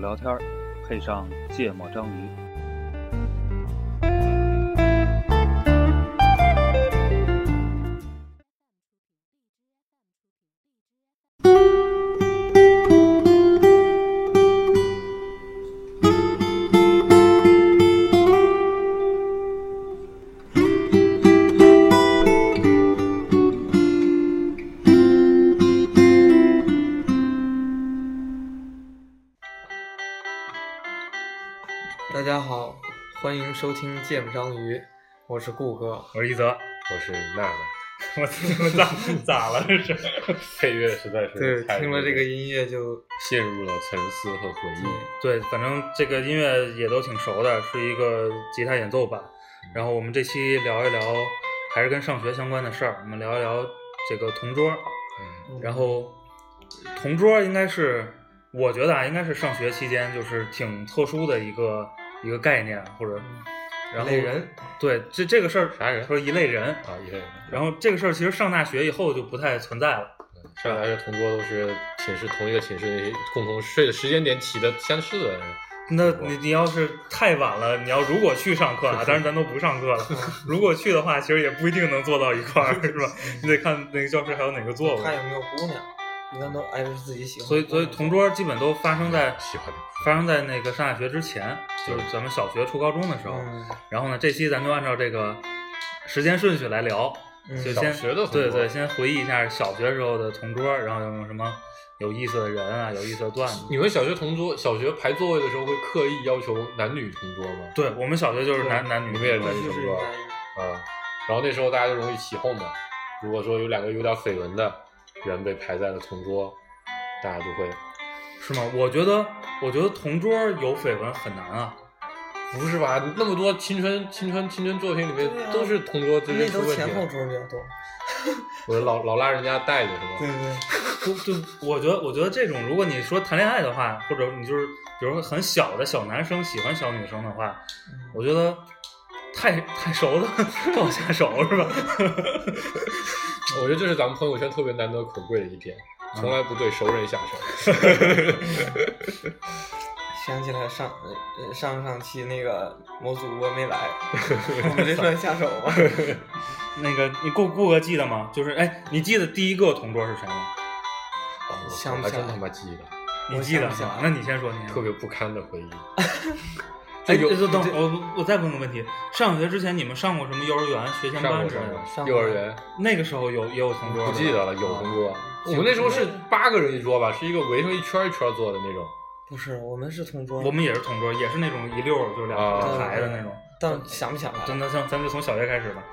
聊天，配上芥末章鱼。大家好，欢迎收听《芥末章鱼》，我是顾哥。我是一泽，我是娜娜， 我我咋咋了这是？ 配乐实在是对，太听了这个音乐就陷入了沉思和回忆。对，反正这个音乐也都挺熟的，是一个吉他演奏版。然后我们这期聊一聊，还是跟上学相关的事儿，我们聊一聊这个同桌。嗯然后同桌应该是，我觉得啊，应该是上学期间就是挺特殊的一个一个概念啊或者。嗯然后类人对这这个事儿啥人说一类人，啊，一类人，然后这个事儿其实上大学以后就不太存在了。上来的同桌都是寝室同一个寝室那些共同睡的时间点起的相似啊的人。那我你你要是太晚了，你要如果去上课啊，当然咱都不上课了。如果去的话，其实也不一定能坐到一块儿，是吧？你得看那个教室还有哪个座看位。有没有姑娘，一般都挨着自己喜欢。所以，所以同，桌基本都发生在喜欢的发生在那个上大学之前，就是咱们小学、初高中的时候。嗯，然后呢，这期咱就按照这个时间顺序来聊，嗯就小先学的同桌对对，先回忆一下小学时候的同桌，然后有没有什么有意思的人啊，有意思的段子。你们小学同桌，小学排座位的时候会刻意要求男女同桌吗？对我们小学就是对男男女你们也同必桌须是同桌男人啊，然后那时候大家就容易起哄嘛。如果说有两个有点绯闻的人被排在了同桌，大家就会是吗？我觉得，我觉得同桌有绯闻很难啊。不是吧？那么多青春青春青春作品里面对啊都是同桌之那间出都问啊前后题，桌比较多。我说老老拉人家带着是吗？对对，就就我觉得，我觉得这种，如果你说谈恋爱的话，或者你就是比如说很小的小男生喜欢小女生的话，嗯我觉得太 太熟的不好下手是吧？ 我觉得这是咱们朋友圈特别难得可贵的一点，从来不对熟人下手。 想起来上呃呃上上期那个某主播没 来，我们这算下手吗？ 哦那个你顾顾哥记得吗？就是哎，你记得第一个同桌是谁吗？想不还起来真他妈记得，你我记想得不起吗来？那你先说，你先说特别不堪的回忆。哎，有这等会儿我我再问个问题，上学之前你们上过什么幼儿园、学前上班过之类上的？上过过幼儿园，那个时候有也有同桌不吗，记得了，有同桌。我们那时候是八个人一桌吧，是一个围成一圈一圈坐的那种。不是，我们是同桌，我们也是同桌，也是那种一溜儿就两啊个排的那种。嗯但想不起来了。真的，像咱们就从小学开始吧。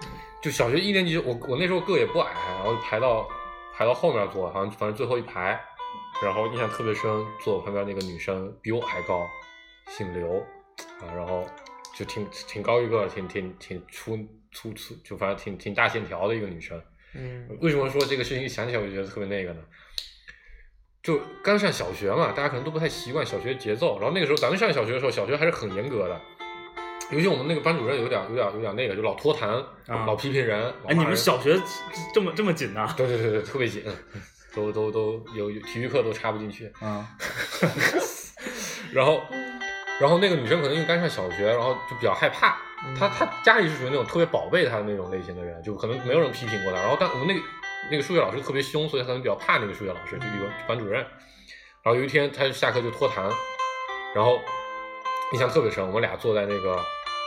就小学一年级，我我那时候个也不矮，然后排到排到后面坐，好像反正最后一排。然后印象特别深，坐我旁边那个女生比我还高，姓刘啊，然后就挺挺高一个，挺挺挺粗粗粗，就反正挺挺大线条的一个女生。嗯，为什么说这个事情一想起来我就觉得特别那个呢？就刚上小学嘛，大家可能都不太习惯小学节奏。然后那个时候咱们上小学的时候，小学还是很严格的，尤其我们那个班主任有点有点有点那个，就老拖堂，啊老批评人。老骂哎，你们人小学这么这么紧呐？对对对对，特别紧，都都都有有体育课都插不进去。啊， 然后，然后那个女生可能因为刚上小学，然后就比较害怕。嗯她她家里是属于那种特别宝贝她的那种类型的人，就可能没有人批评过她。然后，但我们那个那个数学老师特别凶，所以她可能比较怕那个数学老师，就语文班主任。然后有一天，她就下课就拖堂，然后印象特别深，我们俩坐在那个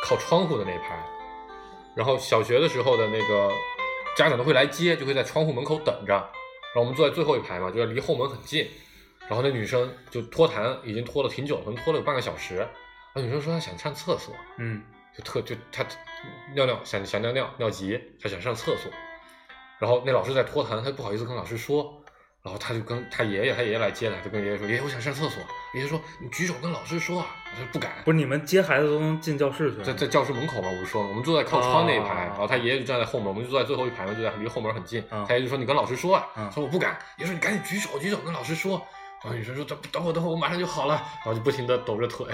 靠窗户的那一排。然后小学的时候的那个家长都会来接，就会在窗户门口等着。然后我们坐在最后一排嘛，就是离后门很近。然后那女生就拖堂，已经拖了挺久了，可能拖了有半个小时。然后女生说她想上厕所，嗯，就特就她尿尿想想尿尿尿急，她想上厕所。然后那老师在拖堂，她不好意思跟老师说，然后她就跟她爷爷，她爷爷来接她，就跟爷爷说：“爷爷，我想上厕所。”爷爷说：“你举手跟老师说啊。”她不敢，不是你们接孩子都能进教室去？在在教室门口嘛，我不是说嘛，我们坐在靠窗那一排，哦然后他爷爷就站在后门，我们就坐在最后一排嘛，就在离后门很近。嗯他爷爷就说：“你跟老师说啊。嗯说我不敢。爷爷说：“你赶紧举手，举手跟老师说。”然后女生说：“等等会儿，等会儿，我马上就好了。”然后就不停的抖着腿。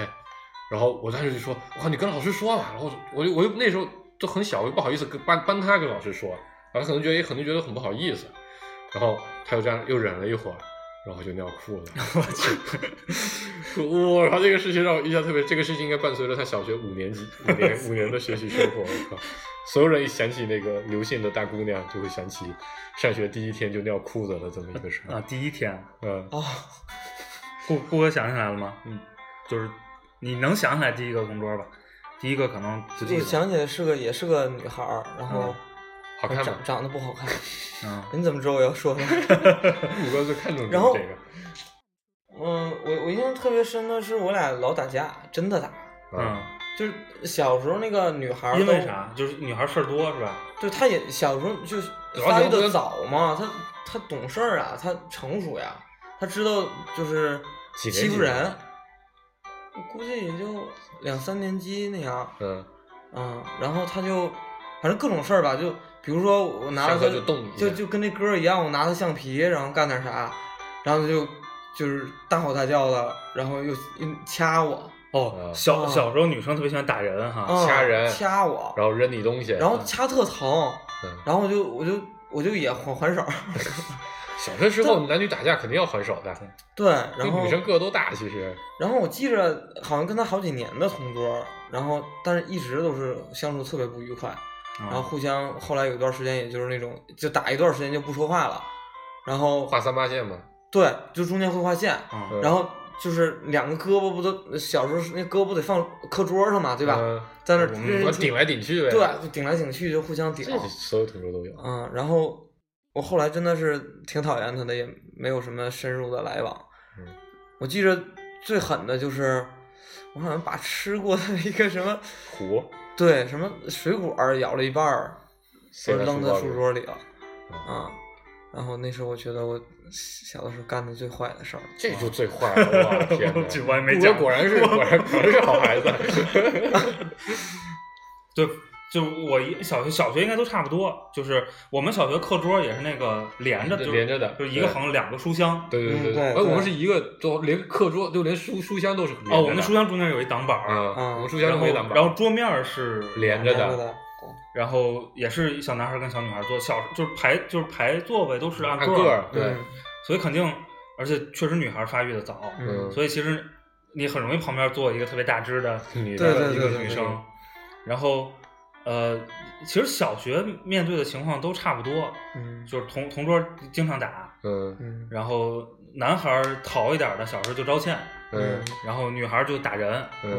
然后我当时就说：“我靠，你跟老师说啊吧。”然后我就我就那时候就很小，我又不好意思跟帮帮他跟老师说，然后他可能觉得也可能觉得很不好意思，然后他又这样又忍了一会儿，然后就尿裤了。 我去！我靠，这个事情让我印象特别，这个事情应该伴随着他小学五年级、五年、五年的学习生活。我靠！所有人一想起那个刘姓的大姑娘，就会想起上学第一天就尿裤子了这么一个事儿。啊，第一天，嗯，哦，顾顾哥想起来了吗？嗯，就是你能想起来第一个同桌吧？第一个可能不记我得。想起来是个也是个女孩儿，然后好看吗哦长？长得不好看， 嗯，你怎么知道我要说什么？ 五哥最看重就然后是这个。嗯，我我印象特别深的是我俩老打架，真的打，啊嗯，就是小时候那个女孩儿因为都？啥？就是女孩事儿多是吧？就她也小时候就是主要发是育不的能早嘛，她她懂事儿啊，她成熟呀，她知道就是几欺年负级人。我估计也就两三年级那样，嗯，嗯，然后她就反正各种事儿吧，就比如说我拿上了课她就动你一就下就跟那歌儿一样，我拿她橡皮，然后干点啥，然后她就就是大吼大叫的，然后又又掐我，哦嗯，小哦小时候女生特别喜欢打人哈。嗯啊掐人掐我，然后扔你东西，啊然后掐特疼，嗯，然后我就我就我就也还还手，小学时候男女打架肯定要还手的， 对，这然后女生个都大，其实然后我记着好像跟他好几年的同桌，然后但是一直都是相处特别不愉快，嗯然后啊，互相后来有一段时间也就是那种就打一段时间就不说话了，然后画三八线嘛，对就中间会划线，嗯然后就是两个胳膊不都小时候是那胳膊得放课桌上嘛，对吧？嗯在那儿我们认我认出顶来顶去呗，对，就顶来顶去就互相顶，这是所有同桌都有。嗯，然后我后来真的是挺讨厌他的，也没有什么深入的来往。嗯我记着最狠的就是，我好像把吃过的一个什么，壶对，什么水果儿咬了一半儿，我塞在扔书在包书里，桌里了嗯啊、然后那是我觉得我小的时候干的最坏的事儿。这就最坏了，我天这哪！我还没顾讲哥过果然是果然果然是好 孩子，对，就我一小学小学应该都差不多，就是我们小学课桌也是那个连着，就是连着的，就是一个对。横两个书箱。对对嗯对，对哎，对我们是一个，就连课桌就连书书箱都是连着的哦，我们书箱中间有一挡板儿，嗯啊，我们书箱然都后没挡板，然后桌面儿是连着然后的，呢然后也是小男孩跟小女孩坐，小就是排就是排座位都是按按个个儿儿，对，所以肯定，而且确实女孩发育的早，嗯所以其实你很容易旁边坐一个特别大只的 女对的对一对个对女对生，然后呃，其实小学面对的情况都差不多，嗯就是同同桌经常打，嗯嗯然后男孩儿淘一点儿的小时候就招欠，嗯然后女孩儿就打人，嗯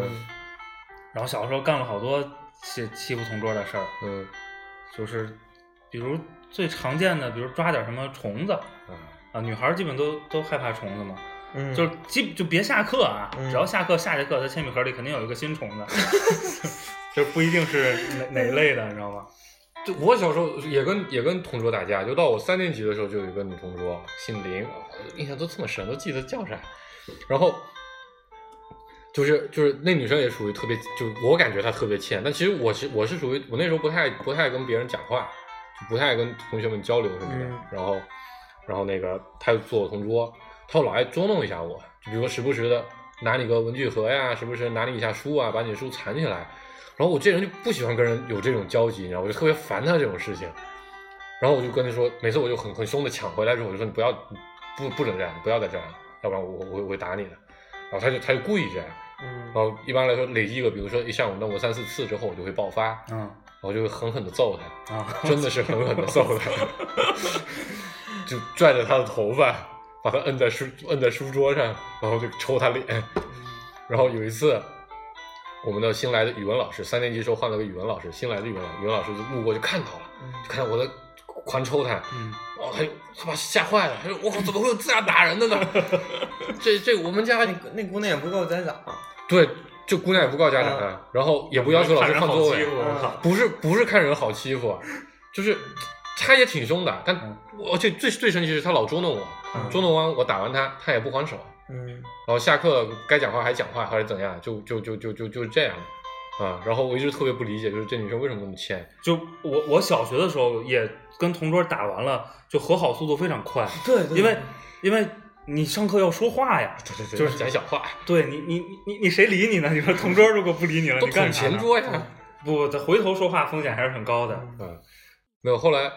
然后小时候干了好多欺欺负同桌的事儿，嗯就是比如最常见的，比如抓点儿什么虫子啊，女孩儿基本都都害怕虫子嘛，嗯，就是基就别下课啊，嗯只要下课下节课，他铅笔盒里肯定有一个新虫子， 就不一定是哪哪一类的，你知道吗？就我小时候也跟也跟同桌打架，就到我三年级的时候，就有一个女同桌，姓林，我印象都这么深，都记得叫啥。然后就是就是那女生也属于特别，就是我感觉她特别欠，但其实我是我是属于我那时候不太不太跟别人讲话，就不太爱跟同学们交流什么的。嗯然后然后那个她就坐我同桌，她老爱捉弄一下我，就比如说时不时的拿你个文具盒呀，时不时拿你一下书啊，把你的书藏起来。然后我这人就不喜欢跟人有这种交集，你知道，我就特别烦他这种事情。然后我就跟他说，每次我就很很凶的抢回来之后，我就说你不要，不不准这样，不要再这样，要不然我我我我会打你的。然后他就他就故意这样。嗯然后一般来说累积个，比如说一上午弄个三四次之后，我就会爆发，然嗯后就会狠狠的揍他。啊，真的是狠狠的揍他，就拽着他的头发，把他摁在书摁在书桌上，然后就抽他脸。然后有一次，我们的新来的语文老师，三年级时候换了个语文老师，新来的语文老师，语文老师就路过就看到了，就看到我在狂抽他，嗯，哦，他就他把吓坏了，他说我靠，怎么会有这样打人的 呢？这这我们家那姑那姑娘也不告家长，对，这姑娘也不告家长啊，然后也不要求老嗯看师人换好座欺位嗯负，啊我靠不是不是看人好欺负，啊就是他也挺凶的，但嗯我而且最最神奇是他老捉弄我，捉弄完我打完他，他也不还手，嗯然后下课该讲话还讲话，还是怎样，就就就就就就是这样啊。然后我一直特别不理解，就是这女生为什么那么欠，就我我小学的时候也跟同桌打完了，就和好速度非常快，对，对因为因为你上课要说话呀，对对对就是讲小话，对你你你你你谁理你呢？你说同桌如果不理你了，都你捅干啥前呢？桌呀。不，他回头说话风险还是很高的。嗯，没有。后来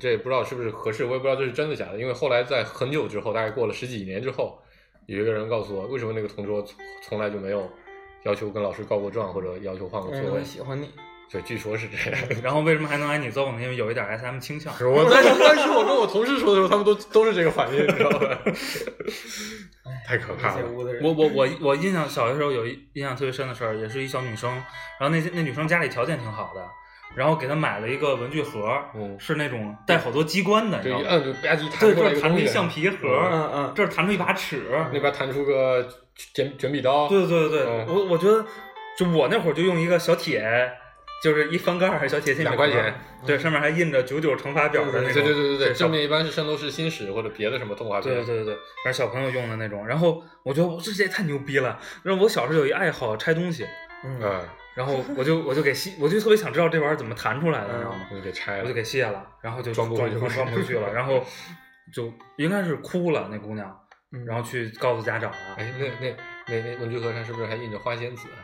这也不知道是不是合适，我也不知道这是真的假的。因为后来在很久之后，大概过了十几年之后，有一个人告诉我，为什么那个同桌从从来就没有要求跟老师告过状或者要求换过让嗯座人位会？喜欢你。对，据说是这样。 然后为什么还能挨你揍呢？因为有一点 SM 倾向。我但是但是我跟我同事说的时候，他们都都是这个反应，你知道吗？ 太可这怕些了。屋的人，我我我我印象小的时候有一印象特别深的事儿，也是一小女生，然后那那女生家里条件挺好的，然后给她买了一个文具盒，嗯，是那种带好多机关的，你知就道一吗？摁就吧唧弹对，出这来一儿个弹出东西啊哦一，橡皮盒，嗯嗯，这儿弹出一把尺，那边弹出个卷卷笔刀，对对对对，嗯我我觉得，就我那会儿就用一个小铁，就是一翻盖儿小铁铅笔盒两块钱，嗯对，上面还印着九九乘法表的那对种，对对对对，小上面一般是《圣斗士星矢》或者别的什么动画片。对对对对，反正小朋友用的那种。然后我觉得我这这也太牛逼了。然后我小时候有一爱好拆东西，嗯，嗯，然 后我就我就给吸，我就特别想知道这玩意儿怎么弹出来的，你知道吗？我就给拆我就了。给卸了，然后就嗯装不回去装装不回去了，然后就应该是哭了那姑娘，嗯然后去告诉家长了。哎，那那那那文具盒上是不是还印着花仙子啊？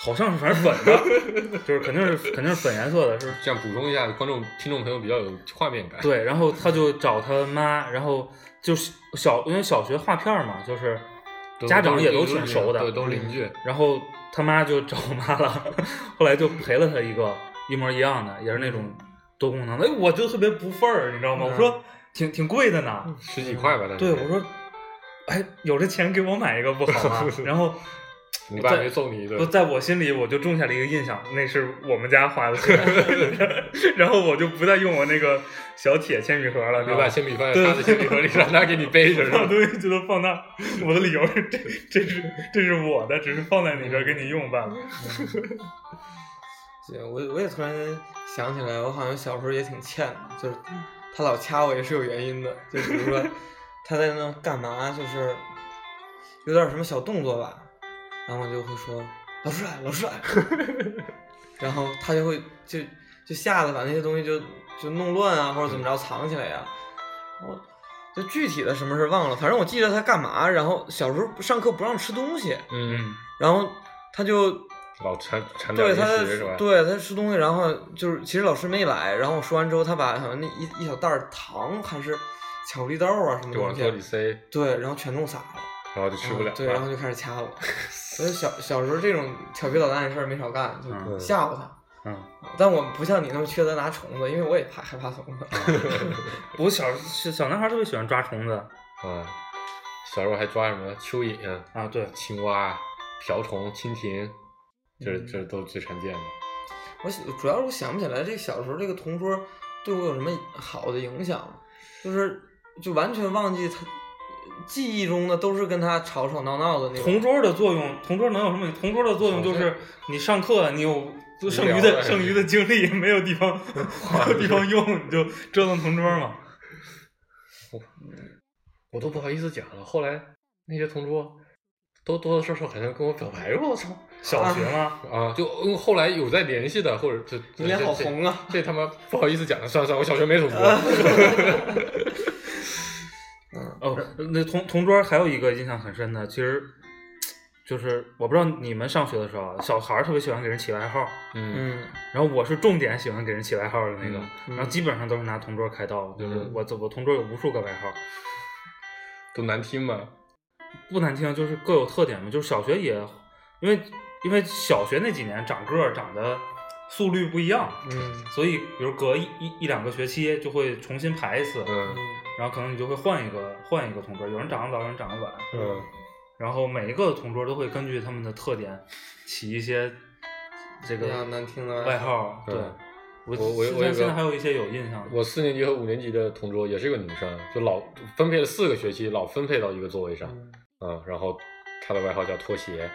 好像是反正粉 的，就是肯定是肯定是粉颜色的，是这样补充一下，观众听众朋友比较有画面感。对，然后他就找他妈，然后就是小，因为小学画片儿嘛，就是都，家长也都挺熟的嗯对，，都是邻居。然后他妈就找我妈了， 后来就赔了他一个一模一样的，也是那种多功能的。哎，我就特别不忿儿，你知道吗？嗯我说挺挺贵的呢，十几块吧，但是对我说，哎，有这钱给我买一个不好 吗？然后你爸没揍你一顿不，，在我心里我就种下了一个印象，那是我们家花的钱， 然后我就不再用我那个小铁铅笔盒了，你对吧把？铅笔放在对他的铅笔盒里，让他给你背着，是放吧？东西就都放那儿，我的理由是这这是这是我的，只是放在你这儿给你用罢了。对，我我也突然间想起来，我好像小时候也挺欠的，就是他老掐我也是有原因的，就比如说他在那干嘛，就是有点什么小动作吧，然后我就会说老师来，老师来，然后他就会就就吓得把那些东西就就弄乱啊，或者怎么着藏起来呀、我就具体的什么事忘了，反正我记得他干嘛，然后小时候上课不让吃东西，嗯，然后他就老馋馋点对零他食是吧？，对他吃东西，然后就是其实老师没来，然后我说完之后，他把好像那一一小袋儿糖还是巧克力豆啊什么就往嗯东桌里西，塞，对，然后全弄洒了，嗯然后就吃不了啊了。对，然后就开始掐我。所以小小时候这种调皮捣蛋的事儿没少干，就嗯吓唬他。嗯，但我不像你那么缺德拿虫子，因为我也怕害怕虫子。 我小小小男孩特别喜欢抓虫子啊，小时候还抓什么蚯蚓、啊，对，青蛙、瓢虫、蜻蜓，这嗯这都是最常见的。我喜主要是我想不起来这个小时候这个同桌对我有什么好的影响，就是就完全忘记他记忆中的都是跟他吵吵闹闹的那种。同桌的作用，同桌能有什么？同桌的作用就是你上课，你有剩余无聊的了剩余的精力没有地方 没有地方用，你就折腾同桌嘛。我都不好意思讲了。后来那些同桌都多多少少好像跟我表白过，我操小学嘛，啊！就嗯后来有在联系的，或者这你脸好红啊！这这他妈不好意思讲了，算了算了，我小学没嗯怎么 过。哦，那同同桌还有一个印象很深的，其实就是我不知道你们上学的时候啊，小孩儿特别喜欢给人起外号，嗯，嗯然后我是重点喜欢给人起外号的那个，嗯然后基本上都是拿同桌开刀，就是嗯我我同桌有无数个外号，都难听嘛。不难听，就是各有特点嘛。就是小学也，因为因为小学那几年长个儿长得速率不一样，嗯所以比如隔一一一两个学期就会重新排一次，嗯然后可能你就会换一个换一个同桌，有人长得早，有人长得晚，嗯，然后每一个同桌都会根据他们的特点起一些这比较个嗯难听的啊外号，嗯对。我我我有现一在个现在还有一些有印象的，嗯我四年级和五年级的同桌也是个女生，就老分配了四个学期，老分配到一个座位上。嗯 嗯，然后她的外号叫拖鞋。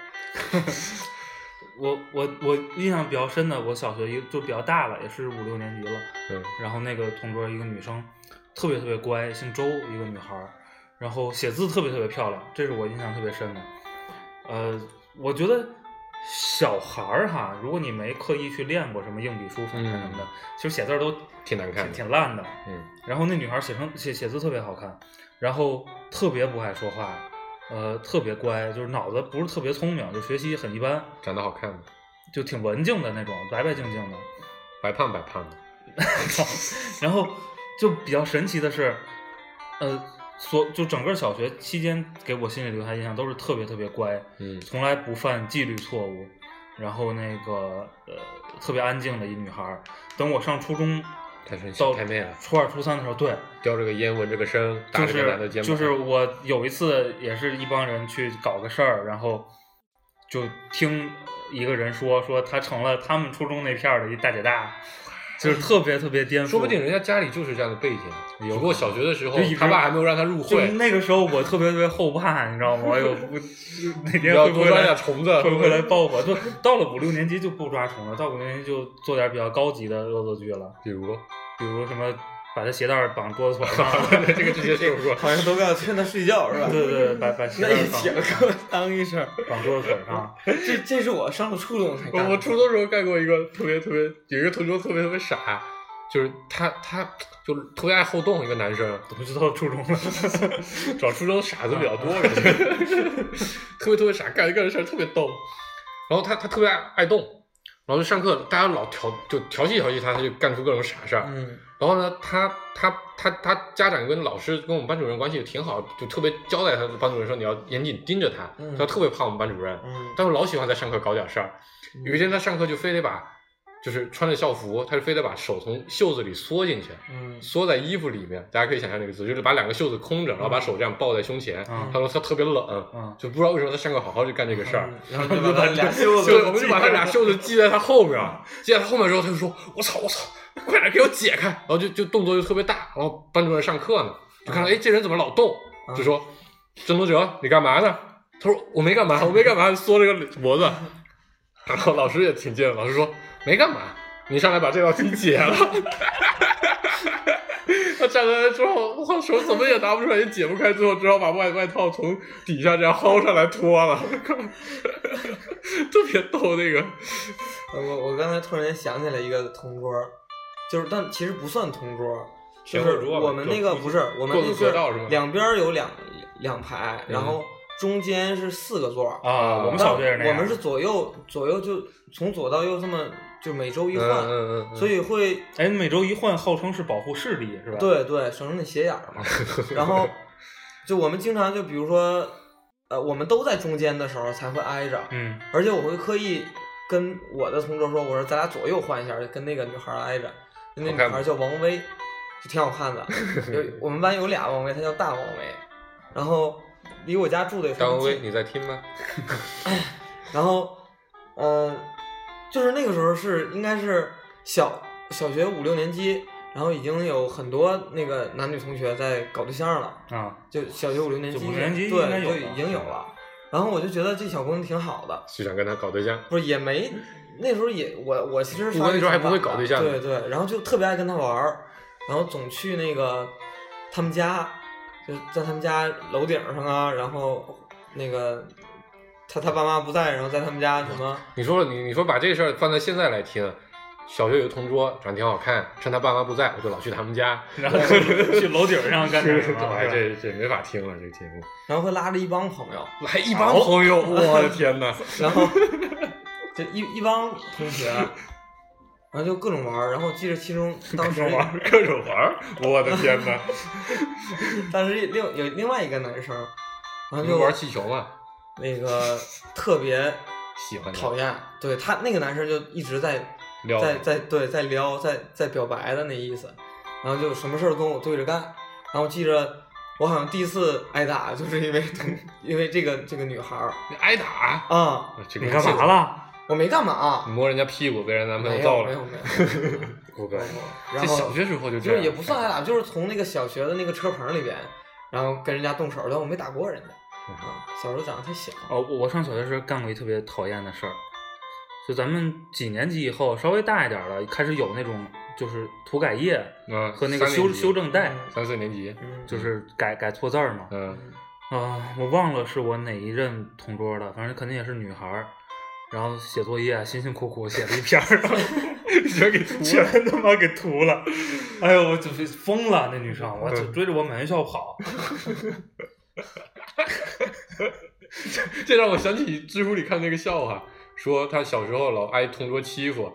我我我印象比较深的，我小学一就比较大了，也是五六年级了。嗯然后那个同桌一个女生，特别特别乖，姓周，一个女孩儿，然后写字特别特别漂亮，这是我印象特别深的。呃，我觉得小孩儿哈，如果你没刻意去练过什么硬笔书法什么的，嗯其实写字儿都挺难看的挺挺烂的。嗯，然后那女孩儿写成写写字特别好看，然后特别不爱说话，呃，特别乖，就是脑子不是特别聪明，就学习很一般。长得好看吗？就挺文静的那种，白白净净的。白胖白胖的。然后就比较神奇的是，呃，所就整个小学期间给我心里留下印象都是特别特别乖，嗯从来不犯纪律错误，然后那个呃特别安静的一女孩儿。等我上初中太神奇到太媚了初二初三的时候，对，叼着个烟，闻着个声，就打着个男的是肩膀，就是我有一次也是一帮人去搞个事儿，然后就听一个人说说他成了他们初中那片儿的一大姐大，就是特别特别颠覆。说不定人家家里就是这样的背景。只不过小学的时候就一，直他爸还没有让他入就会，那个时候我特别特别后怕，你知道吗？哎我有我哪天要会不多会抓点来虫子，会不会来报我？就到了五六年级就不抓虫了，到五六年级就做点比较高级的恶作剧了，比如，比如什么把他鞋带儿绑桌子腿上， 这个之前是有过。好像都要劝他睡觉是吧？对对对，把把鞋那带儿一节课当一声，绑绑桌子腿上，这这是我上了初中才我干的。我初中时候干过一个特别特别，有一个同学特别特别傻，就是他他就是特别爱后动一个男生，我就到初中了。 找初中傻子比较多，感觉 特别特别傻，干一干的事儿特别逗。然后他他特别爱爱动，然后就上课大家老调就调戏调戏他，他就干出各种傻事儿。嗯然后呢，他他他他家长跟老师跟我们班主任关系也挺好，就特别交代他班主任说你要严谨盯着他，嗯他特别怕我们班主任，嗯，但我老喜欢在上课搞点事儿。有一天他上课就非得把，就是穿着校服，他是非得把手从袖子里缩进去，嗯缩在衣服里面。大家可以想象那个姿势，就是把两个袖子空着，然后把手这样抱在胸前。嗯啊他说他特别冷，嗯，就不知道为什么他上课好好就干这个事儿。嗯 然后就把他俩袖子对， 我们就把他俩袖子系在他后边儿，系在他后面之后，他就说：“我操，我操，快点给我解开！”然后就就动作就特别大。然后班主任上课呢，就看到哎这人怎么老动，就说：“郑东哲，你干嘛呢？”他说：“我没干嘛，我没干嘛。”缩了个脖子。然后老师也挺贱的，老师说：“没干嘛，你上来把这道题解了。” 他站在那之后，我操，手怎么也拿不出来，也解不开，最后只好把外外套从底下这样薅上来脱了， 特别逗那个。呃我我刚才突然间想起来一个同桌，就是但其实不算同桌，就前后是桌吧我们那个就不是我们过那个是隔道是吗两边有两两排，然后中间是四个座儿啊，我们但小学也那我样，们是左右左右就从左到右这么就每周一嗯换，嗯嗯，所以会哎，每周一换，号称是保护视力是吧？，对对省着你斜眼儿 嘛。然后就我们经常就比如说，呃，我们都在中间的时候才会挨着，嗯而且我会刻意跟我的同桌说，我说咱俩左右换一下，就跟那个女孩挨着。那好女看吗孩叫王薇，就挺好看 的。有我们班有俩王薇，她叫大王薇，然后离我家住的也非大常王威，近你在听吗？然后，呃，就是那个时候是应该是小小学五六年级，然后已经有很多那个男女同学在搞对象了。啊，就小学五六年级，就五六年级应该对，有就了已经有了。然后我就觉得这小姑娘挺好的，就想跟他搞对象，不是也没那时候也我我其实我那时候还不会搞对象呢对对，然后就特别爱跟她玩儿，然后总去那个他们家，就是在他们家楼顶上啊，然后那个他他爸妈不在，然后在他们家什么。你说你你说把这事儿放在现在来听，小学有个同桌长得挺好看，趁他爸妈不在，我就老去他们家，然后去楼顶上 干点什么？ 哎，是吧这这没法听了，这个节目然后会拉着一帮朋 友，来一帮朋 友，我的天哪！然后就一一帮同学，然后就各种玩儿。然后我记得其 中当时玩，各种玩儿，我的天 哪！当时另有另外一个男生，然后你就们玩气球吗？那个特别喜欢他讨厌，对他那个男生就一直在撩在在对在撩在在表白的那意思，然后就什么事儿都跟我对着干，然后记着我好像第一次挨打就是因为因为这个这个女孩儿你挨打，啊、这个你干嘛？了？我没干嘛、啊你摸人家屁股被人男朋没友揍有没有 了，没有， 不该。然这小后学时候就这就是样，也不算挨啊打，就是从那个小学的那个车棚里边，然后跟人家动手，但我没打过人家嗯啊，小时候长得太小，哦，我我上小学时候干过一特别讨厌的事儿，就咱们几年级以后稍微大一点了，开始有那种就是涂改液嗯，和那个三年修级修正带，三四年级，嗯，就是改改错字儿嘛。嗯，啊、我忘了是我哪一任同桌了，反正肯定也是女孩儿。然后写作业啊辛辛苦苦写了一篇儿， 全给涂，全他妈给涂了。哎呦，我就是疯了那女生，啊我就追着我满院校跑。 这让我想起知乎里看那个笑话，说他小时候老挨同桌欺负，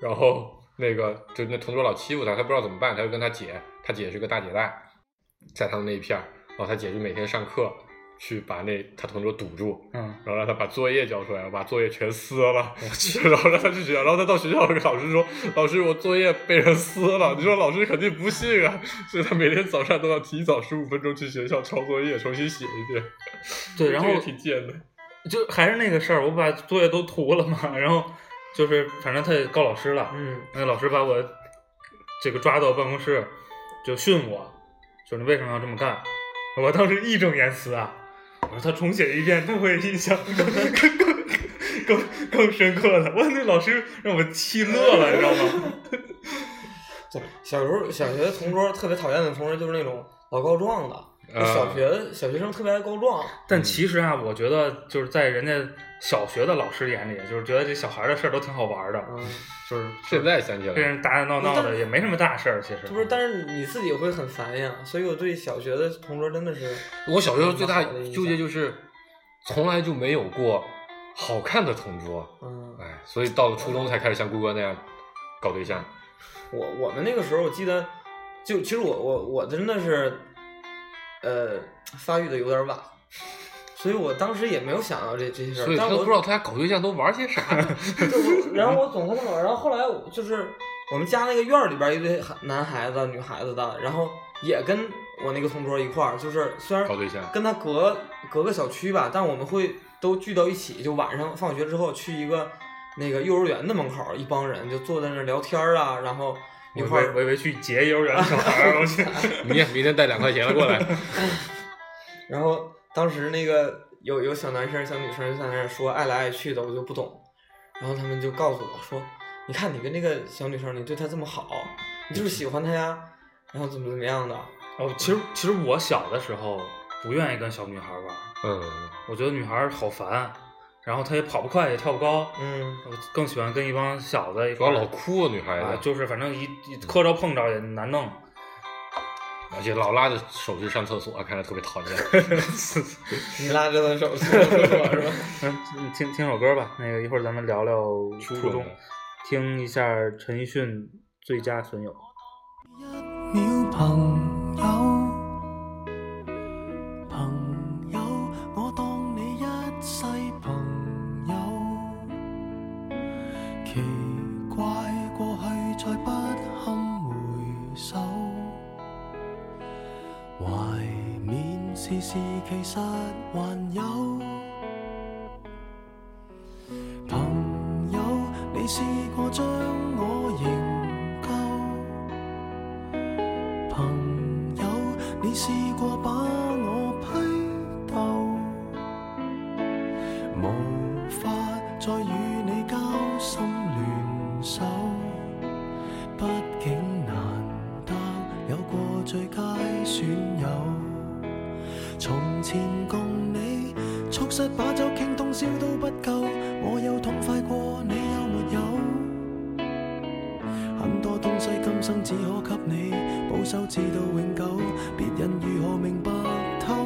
然后那个就那同桌老欺负他，他不知道怎么办，他就跟他姐，他姐是个大姐大，在他们那一片儿，然后他姐就每天上课去把那他同桌堵住，嗯，然后让他把作业交出来，把作业全撕了，然后让他去学校，然后他到学校，老师说：“老师，我作业被人撕了。”你说老师肯定不信啊，所以他每天早上都要提早十五分钟去学校抄作业，重新写一遍。对，然后这个挺贱的。就还是那个事儿，我把作业都涂了嘛，然后就是反正他也告老师了，嗯那个老师把我这个抓到办公室就训我，说你为什么要这么干？我当时义正言辞啊，我说他重写一遍，他会印象更更更更更深刻的。我那老师让我气乐了，你知道吗？对，小时候小学同桌特别讨厌的同桌就是那种老告状的，嗯就小学小学生特别爱告状，但其实啊，我觉得就是在人家小学的老师眼里，就是觉得这小孩的事儿都挺好玩儿的， 嗯，就是现在想起跟来，人打打闹闹那的但也没什么大事儿，其实这不是，但是你自己会很烦呀，所以我对小学的同桌真的是，我小时候最大纠结就是，从来就没有过好看的同桌，嗯，哎，所以到了初中才开始像顾哥那样搞对象。我我们那个时候我记得，就其实我我我真的是，呃，发育的有点晚，所以我当时也没有想到这这些事所儿，以他但都我不知道他俩搞对象都玩 些啥。对我然后我总跟他玩，然后后来我就是我们家那个院儿里边儿一堆孩男孩子、女孩子的，然后也跟我那个同桌一块儿，就是虽然搞对象跟他隔隔个小区吧，但我们会都聚到一起，就晚上放学之后去一个那个幼儿园的门口儿，一帮人就坐在那儿聊天儿啊，然后一我块以为儿我以为去劫幼儿园的小孩儿，我去。 你也明天带两块钱 了过来，然后当时那个有有小男生、小女生在那儿说爱来爱去的，我就不懂。然后他们就告诉我说：“你看你跟这个小女生，你对她这么好，你就是喜欢她呀，然后怎么怎么样的。哦，其实其实我小的时候不愿意跟小女孩玩，嗯，我觉得女孩儿好烦，然后她也跑不快，也跳不高，”嗯，我更喜欢跟一帮小子一主块要儿老哭啊，女孩啊，子，就是反正一嗯一磕着碰着也 难弄。而且老拉着手去上厕所，看着特别讨厌。 你拉着她手去厕所是吧？ 嗯，听听首歌吧，那个一会儿咱们聊聊初中中的，听一下陈奕迅《最佳损友》。一秒朋友，朋友，我当你一世朋友。奇怪，过去再不堪回首，怀缅事事其实还有。朋友，你试过将我营救？朋友，你試過把我批鬥，無法再與你交心聯手。畢竟難得有過最佳損友，從前共你促膝把酒傾通宵都不夠，我有痛快過你有沒有？很多東西今生只可給你保守至到永久，別人如何明白透？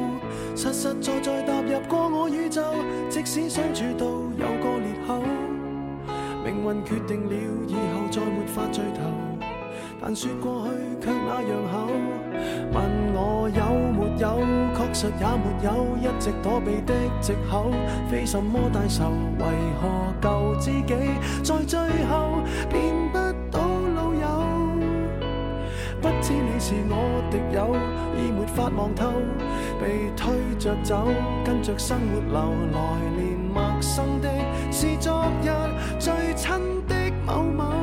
實實在在踏入過我宇宙，即使相處到有個裂口，命運決定了以後再沒法聚頭，但説過去卻那樣厚。問我有沒有，確實也沒有，一直躲避的藉口，非什麼大仇，為何舊知己在最後變不到老友？不知你是我敵友，已沒法望透，被推着走，跟着生活流，來年陌生的是昨日最親的某某。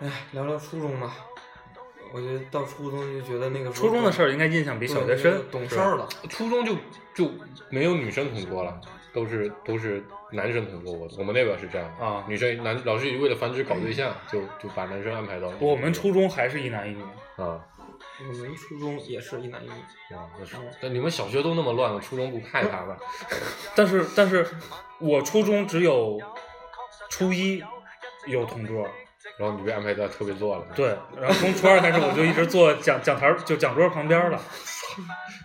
哎，聊聊初中吧。我觉得到初中就觉得那个时候初中的事儿应该印象比对小学深，懂是事吧儿了。初中就就没有女生同桌了，都是都是男生同桌。我我们那边是这样的啊女生男老师为了繁殖搞对象，就就把男生安排到不过我们初中还是一男一女，啊我们初中也是一男一女，啊，那是嗯那你们小学都那么乱了，初中不害怕吧？但是但是我初中只有初一有同桌，然后你被安排到特别座了，对，然后从初二开始我就一直坐讲讲台儿就讲桌旁边儿了，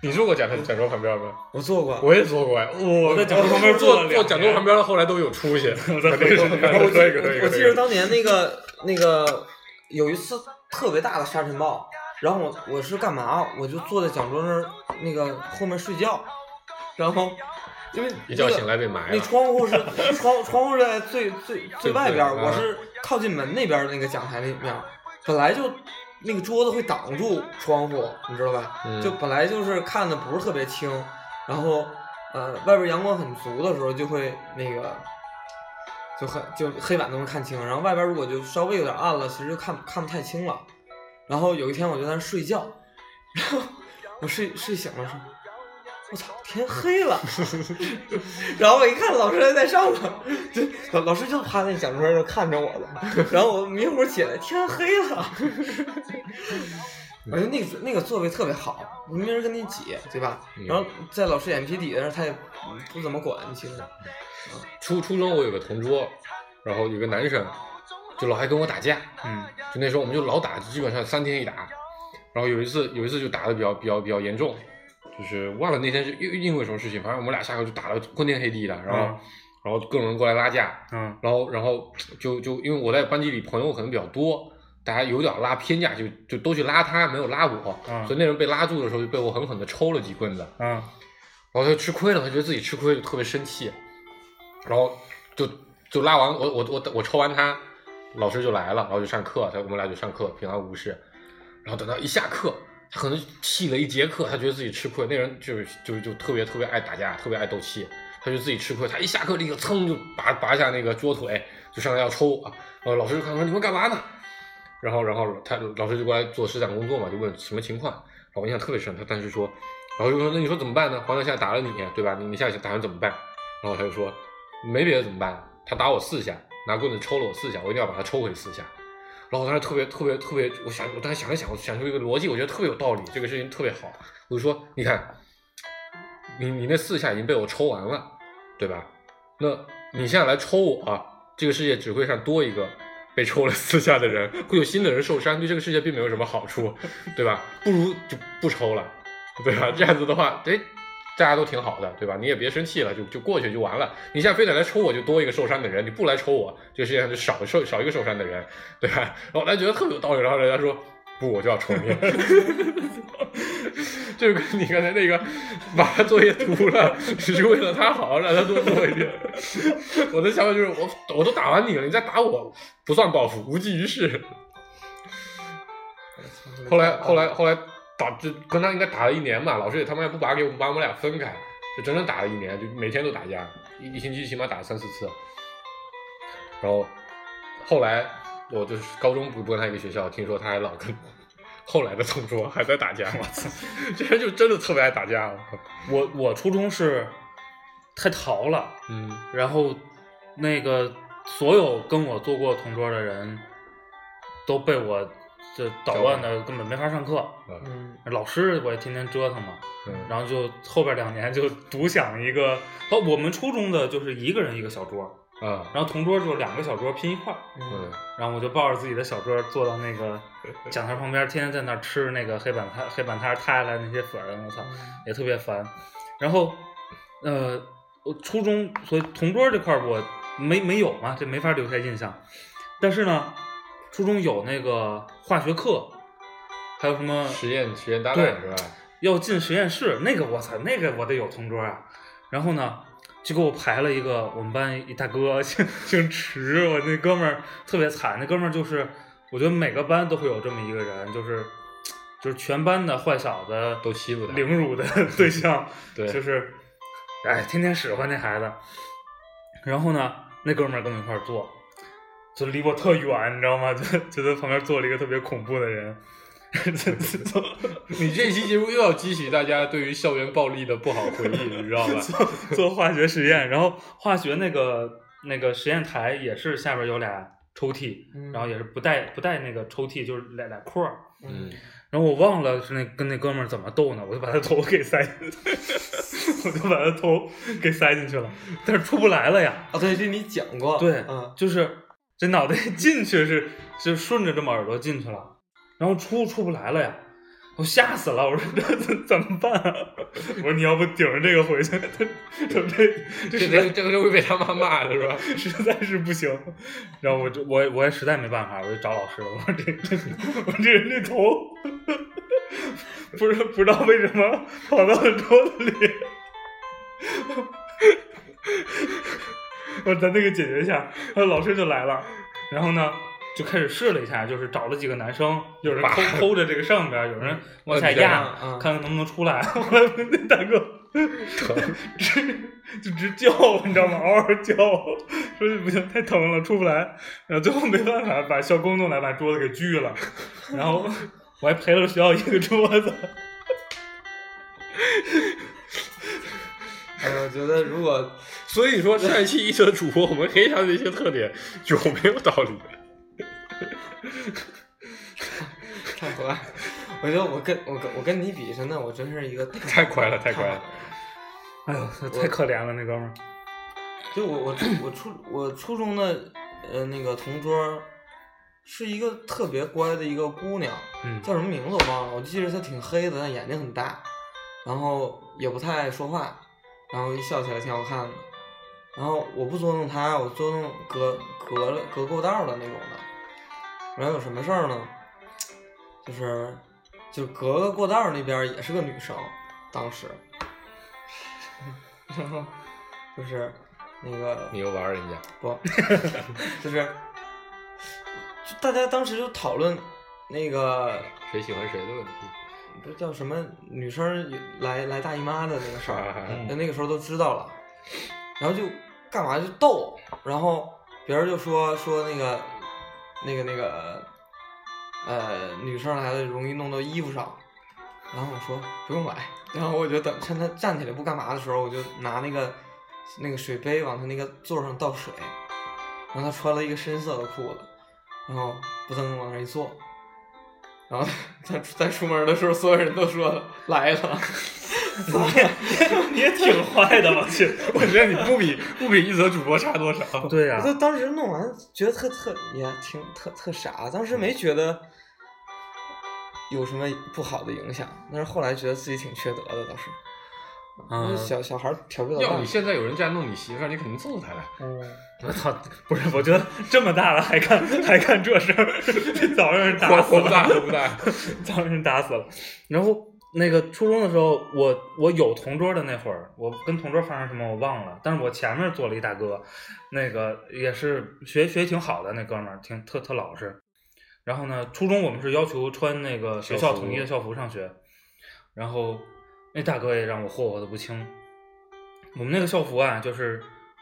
你坐过讲台讲桌旁边吗？我做过， 我也坐过呀，我我在讲桌旁边坐了坐两坐讲桌年旁边的，后来都有出息。我在回头看可以可以可以可以我记得当年那个那个有一次特别大的沙尘暴，然后我我是干嘛？我就坐在讲桌那儿那个后面睡觉，然后因为一觉醒来被埋那了。窗 户是窗窗户是在最最最外边儿，最外边儿我是靠近门那边儿那个讲台那面儿，本来就那个桌子会挡住窗户，你知道吧？嗯就本来就是看的不是特别清，然后呃外边阳光很足的时候就会那个。就很就黑板都能看清，然后外边如果就稍微有点暗了，其实就看看不太清了。然后有一天我就在那儿睡觉，然后 我睡睡醒了说：“我操，天黑了！” 然后我一看老师还在上头，就老老师就趴在讲桌上就看着我了。然后我迷糊起来，天黑了。我觉得那个那个座位特别好，没人跟你挤，对吧？嗯然后在老师眼皮底下，他也不怎么管，其实。初初中我有个同桌，然后有个男生，就老爱跟我打架。嗯就那时候我们就老打，基本上三天一打。然后有一次有一次就打的比较比较比较严重，就是忘了那天是因因为什么事情，反正我们俩下课就打的昏天黑地的，然后、啊嗯然后各种人过来拉架，嗯然后然后就就因为我在班级里朋友可能比较多，大家有点拉偏架，就就都去拉他，没有拉我，嗯所以那人被拉住的时候就被我狠狠的抽了几棍子。嗯然后他就吃亏了，他觉得自己吃亏了，就特别生气，然后就就拉完我我我我抽完他，老师就来了，然后就上课，他我们俩就上课，平安无事。然后等到一下课，他可能气了一节课，他觉得自己吃亏，那人就是就就特别特别爱打架，特别爱斗气，他就自己吃亏，他一下课立刻噌就拔拔下那个桌腿，就上来要抽啊，然后老师就看说你们干嘛呢？然后然后他老师就过来做思想工作嘛，就问什么情况，然后我印象特别深，他当时说。然后就说：“那你说怎么办呢？黄德夏打了你，对吧？你你下去打算怎么办？”然后他就说：“没别的怎么办？他打我四下，拿棍子抽了我四下，我一定要把他抽回四下。”然后我当时特别特别特别，我想我当时想了想，我想出一个逻辑，我觉得特别有道理，这个事情特别好。我就说：“你看，你你那四下已经被我抽完了，对吧？那你现在来抽我、这个世界只会上多一个。”被抽了四下的人，会有新的人受伤，对这个世界并没有什么好处，对吧？不如就不抽了， 对吧？这样子的话，哎，大家都挺好的，对吧？你也别生气了，就就过去就完了。你现在非得来抽我，就多一个受伤的人；你不来抽我，这个世界上就少受少一个受伤的人，对吧？然后我当时觉得特别有道理，然后人家说不，我就要抽你， 就是跟你刚才那个把他作业涂了，只是为了他好，让他多做一点。 我的想法就是，我我都打完你了，你再打我不算报复，无济于事。后来后来后来打就跟他应该打了一年吧，老师也他妈也不把给我们把我们俩分开，就整整打了一年，就每天都打架，一一星期起码打三四次。然后后来我就是高中不不跟他一个学校，听说他还老跟后来的同桌还在打架，我操，这人就真的特别爱打架，我靠，我我初中是太淘了，嗯然后那个所有跟我做过同桌的人都被我这捣乱的，根本没法上课。嗯，老师我也天天折腾嘛，嗯，然后就后边两年就独享一个，哦，我们初中的就是一个人一个小桌，啊然后同桌就两个小桌拼一块儿，嗯嗯，然后我就抱着自己的小桌坐到那个讲台旁边，天天在那儿吃那个黑板摊黑板摊塌下来那些粉儿，我操，也特别烦。然后，呃，我初中所以同桌这块儿我没没有嘛，这没法留下印象。但是呢，初中有那个化学课，还有什么实验实验搭嗯对档是吧？ 要进实验室，那个我操，那个我得有同桌啊。然后呢，就给我排了一个我们班一大哥， 姓姓池，我那哥们儿特别惨，那哥们儿就是，我觉得每个班都会有这么一个人，就是就是全班的坏小子都欺负他嗯凌辱的 对象，对，就是哎，天天使唤那孩子。然后呢，那哥们儿跟我一块儿坐，就离我特远，你知道吗？ 就就在旁边坐了一个特别恐怖的人。 你这期节目又要激起大家对于校园暴力的不好回忆，你知道吧？ 做做化学实验，然后化学那个那个实验台也是下边有俩抽屉，嗯然后也是不带不带那个抽屉，就是俩俩框儿。嗯，然后我忘了是那跟那哥们儿怎么斗呢，我就把他头给塞， 我就把他头给塞进去了，但是出不来了呀。啊，对，这你讲过，对，嗯，就是这脑袋进去是是顺着这么耳朵进去了，然后出出不来了呀。我吓死了！我说这这怎么办、啊？ 我说你要不顶着这个回去，这这这这实这在这个就会被他妈骂的 是吧？ 实在是不行。然后我就我也我也实在没办法，我就找老师了。 我说这这我这人这头，不知不知道为什么跑到了桌子里。我咱那个解决一下，然后老师就来了，然后呢就开始试了一下，就是找了几个男生，有人把 抠抠着这个上边，有人往下摁着压，嗯嗯看看能不能出来。 后来那大哥直 就直叫，你知道吗？ 嗷嗷叫，说不行，太疼了，出不来。然后最后没办法，把校工弄来把桌子给锯了，然后我还赔了学校一个桌子。 哎，我觉得如果所以说上一期一的主播，我们黑他的一些特点有没有道理？太快，我觉得我跟我跟我跟你比，真的我真是一个太太快了，太快了！哎呦，太可怜了那哥们 儿。就我我初我初我初中的呃那个同桌，是一个特别乖的一个姑娘，嗯叫什么名字我忘了，我记得她挺黑的，但眼睛很大，然后也不太爱说话，然后一笑起来挺好看的。然后我不捉弄她，我捉弄隔隔了隔够道的那种的。然后有什么事儿呢？就是就是隔个过道儿那边儿也是个女生，当时， 然后就是那个 你又玩人家，不，就是就大家当时就讨论那个谁喜欢谁的问题。不是叫什么女生儿来来大姨妈的那个事 啊儿，嗯那那个时候都知道了，然后就干嘛就逗，然后别人就说说那个那个那个呃女生来了容易弄到衣服上，然后我说不用买，然后我就等趁她站起来不干嘛的时候，我就拿那个那个水杯往她那个座上倒水，然后她穿了一个深色的裤子，然后扑腾往那儿一坐。然后 他在出门的时候，所有人都说来了， 你也挺坏的，我去。我觉得你不比 不比一则主播差多 少。对呀、他当时弄完觉得特特也挺特特傻，当时没觉得有什么不好的影响，但是后来觉得自己挺缺德的，倒是。啊因为小小孩儿调皮捣 要蛋你。现在有人这样弄你媳妇儿，你肯定揍他呀！嗯， 我操，不是，我觉得这么大了还干还干这事儿， 早让人打死活活不大，了，活不大。 早让人打死了。然后那个初中的时候，我我有同桌的那会儿，我跟同桌发生什么我忘了，但是我前面坐了一大哥，那个也是学学挺好的那哥们儿，挺特特老实。然后呢，初中我们是要求穿那个学校校服统一的校服上学，然后那大哥也让我霍霍的不轻。我们那个校服啊，就是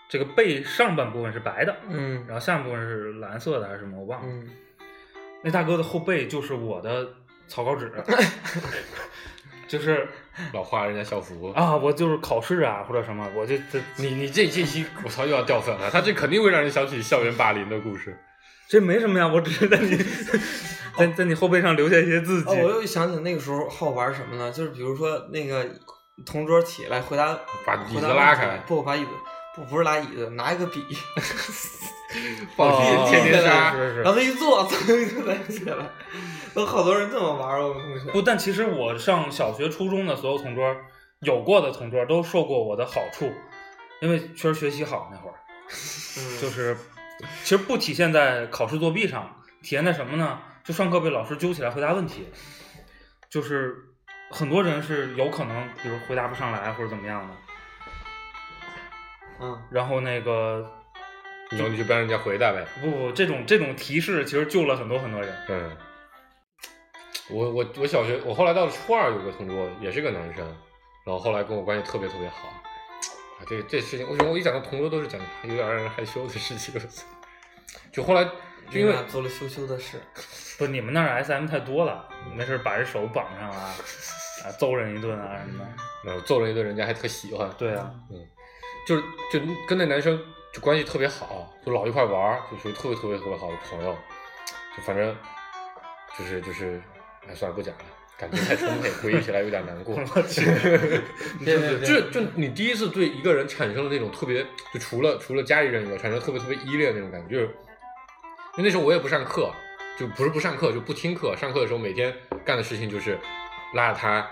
这个背上半部分是白的，嗯然后下半部分是蓝色的还是什么，我忘了。嗯，那大哥的后背就是我的草 稿纸，就是老花人家校服，啊，我就是考试啊或者什么，我就这你你这这期我操又要掉粉了，他这肯定会让人想起校园霸凌的故事。这没什么呀，我只是在你 在在你后背上留下一些字迹哦，我又想起那个时候好玩什么呢？就是比如说那个同桌起来回答，回把答椅子问拉题开不把椅子不不是拉椅子，拿一个笔， 暴哦力天天杀，是是是然后他一坐， 噌就弹起来。有好多人这么玩儿，我们同学。不，但其实我上小学、初中的所有同桌，有过的同桌都受过我的好处，因为确实学习好那会儿，嗯就是其实不体现在考试作弊上，体现在什么呢？就上课被老师揪起来回答问题，就是很多人是有可能，比如回答不上来或者怎么样的，嗯，然后那个然后你就不让人家回答呗。不不这种这种提示其实救了很多很多人。嗯，我我我小学，我后来到了初二有个同桌，也是个男生，然后后来跟我关系特别特别好。啊，这个这事情，为什么我一讲到同桌都是讲有点让人害羞的事情？ 我操就后来就因你为俩做了羞羞的事。不，你们那儿 S M 太多了，没事儿把人手绑上啊，啊揍人一顿啊什么的。然后揍了一顿，人家还特喜欢，对啊，就是就跟那男生就关系特别好，就老一块玩儿，就属于特别特别特别好的朋友。就反正就是就是，哎，算了，不讲了，感情太充沛，回忆起来有点难过。 我 去，别别别！就就你第一次对一个人产生了那种特别，就除了除了家里人以外，产生特别特别依恋的那种感觉，就是因为那时候我也不上课，就不是不上课，就不听课。上课的时候每天干的事情就是拉着他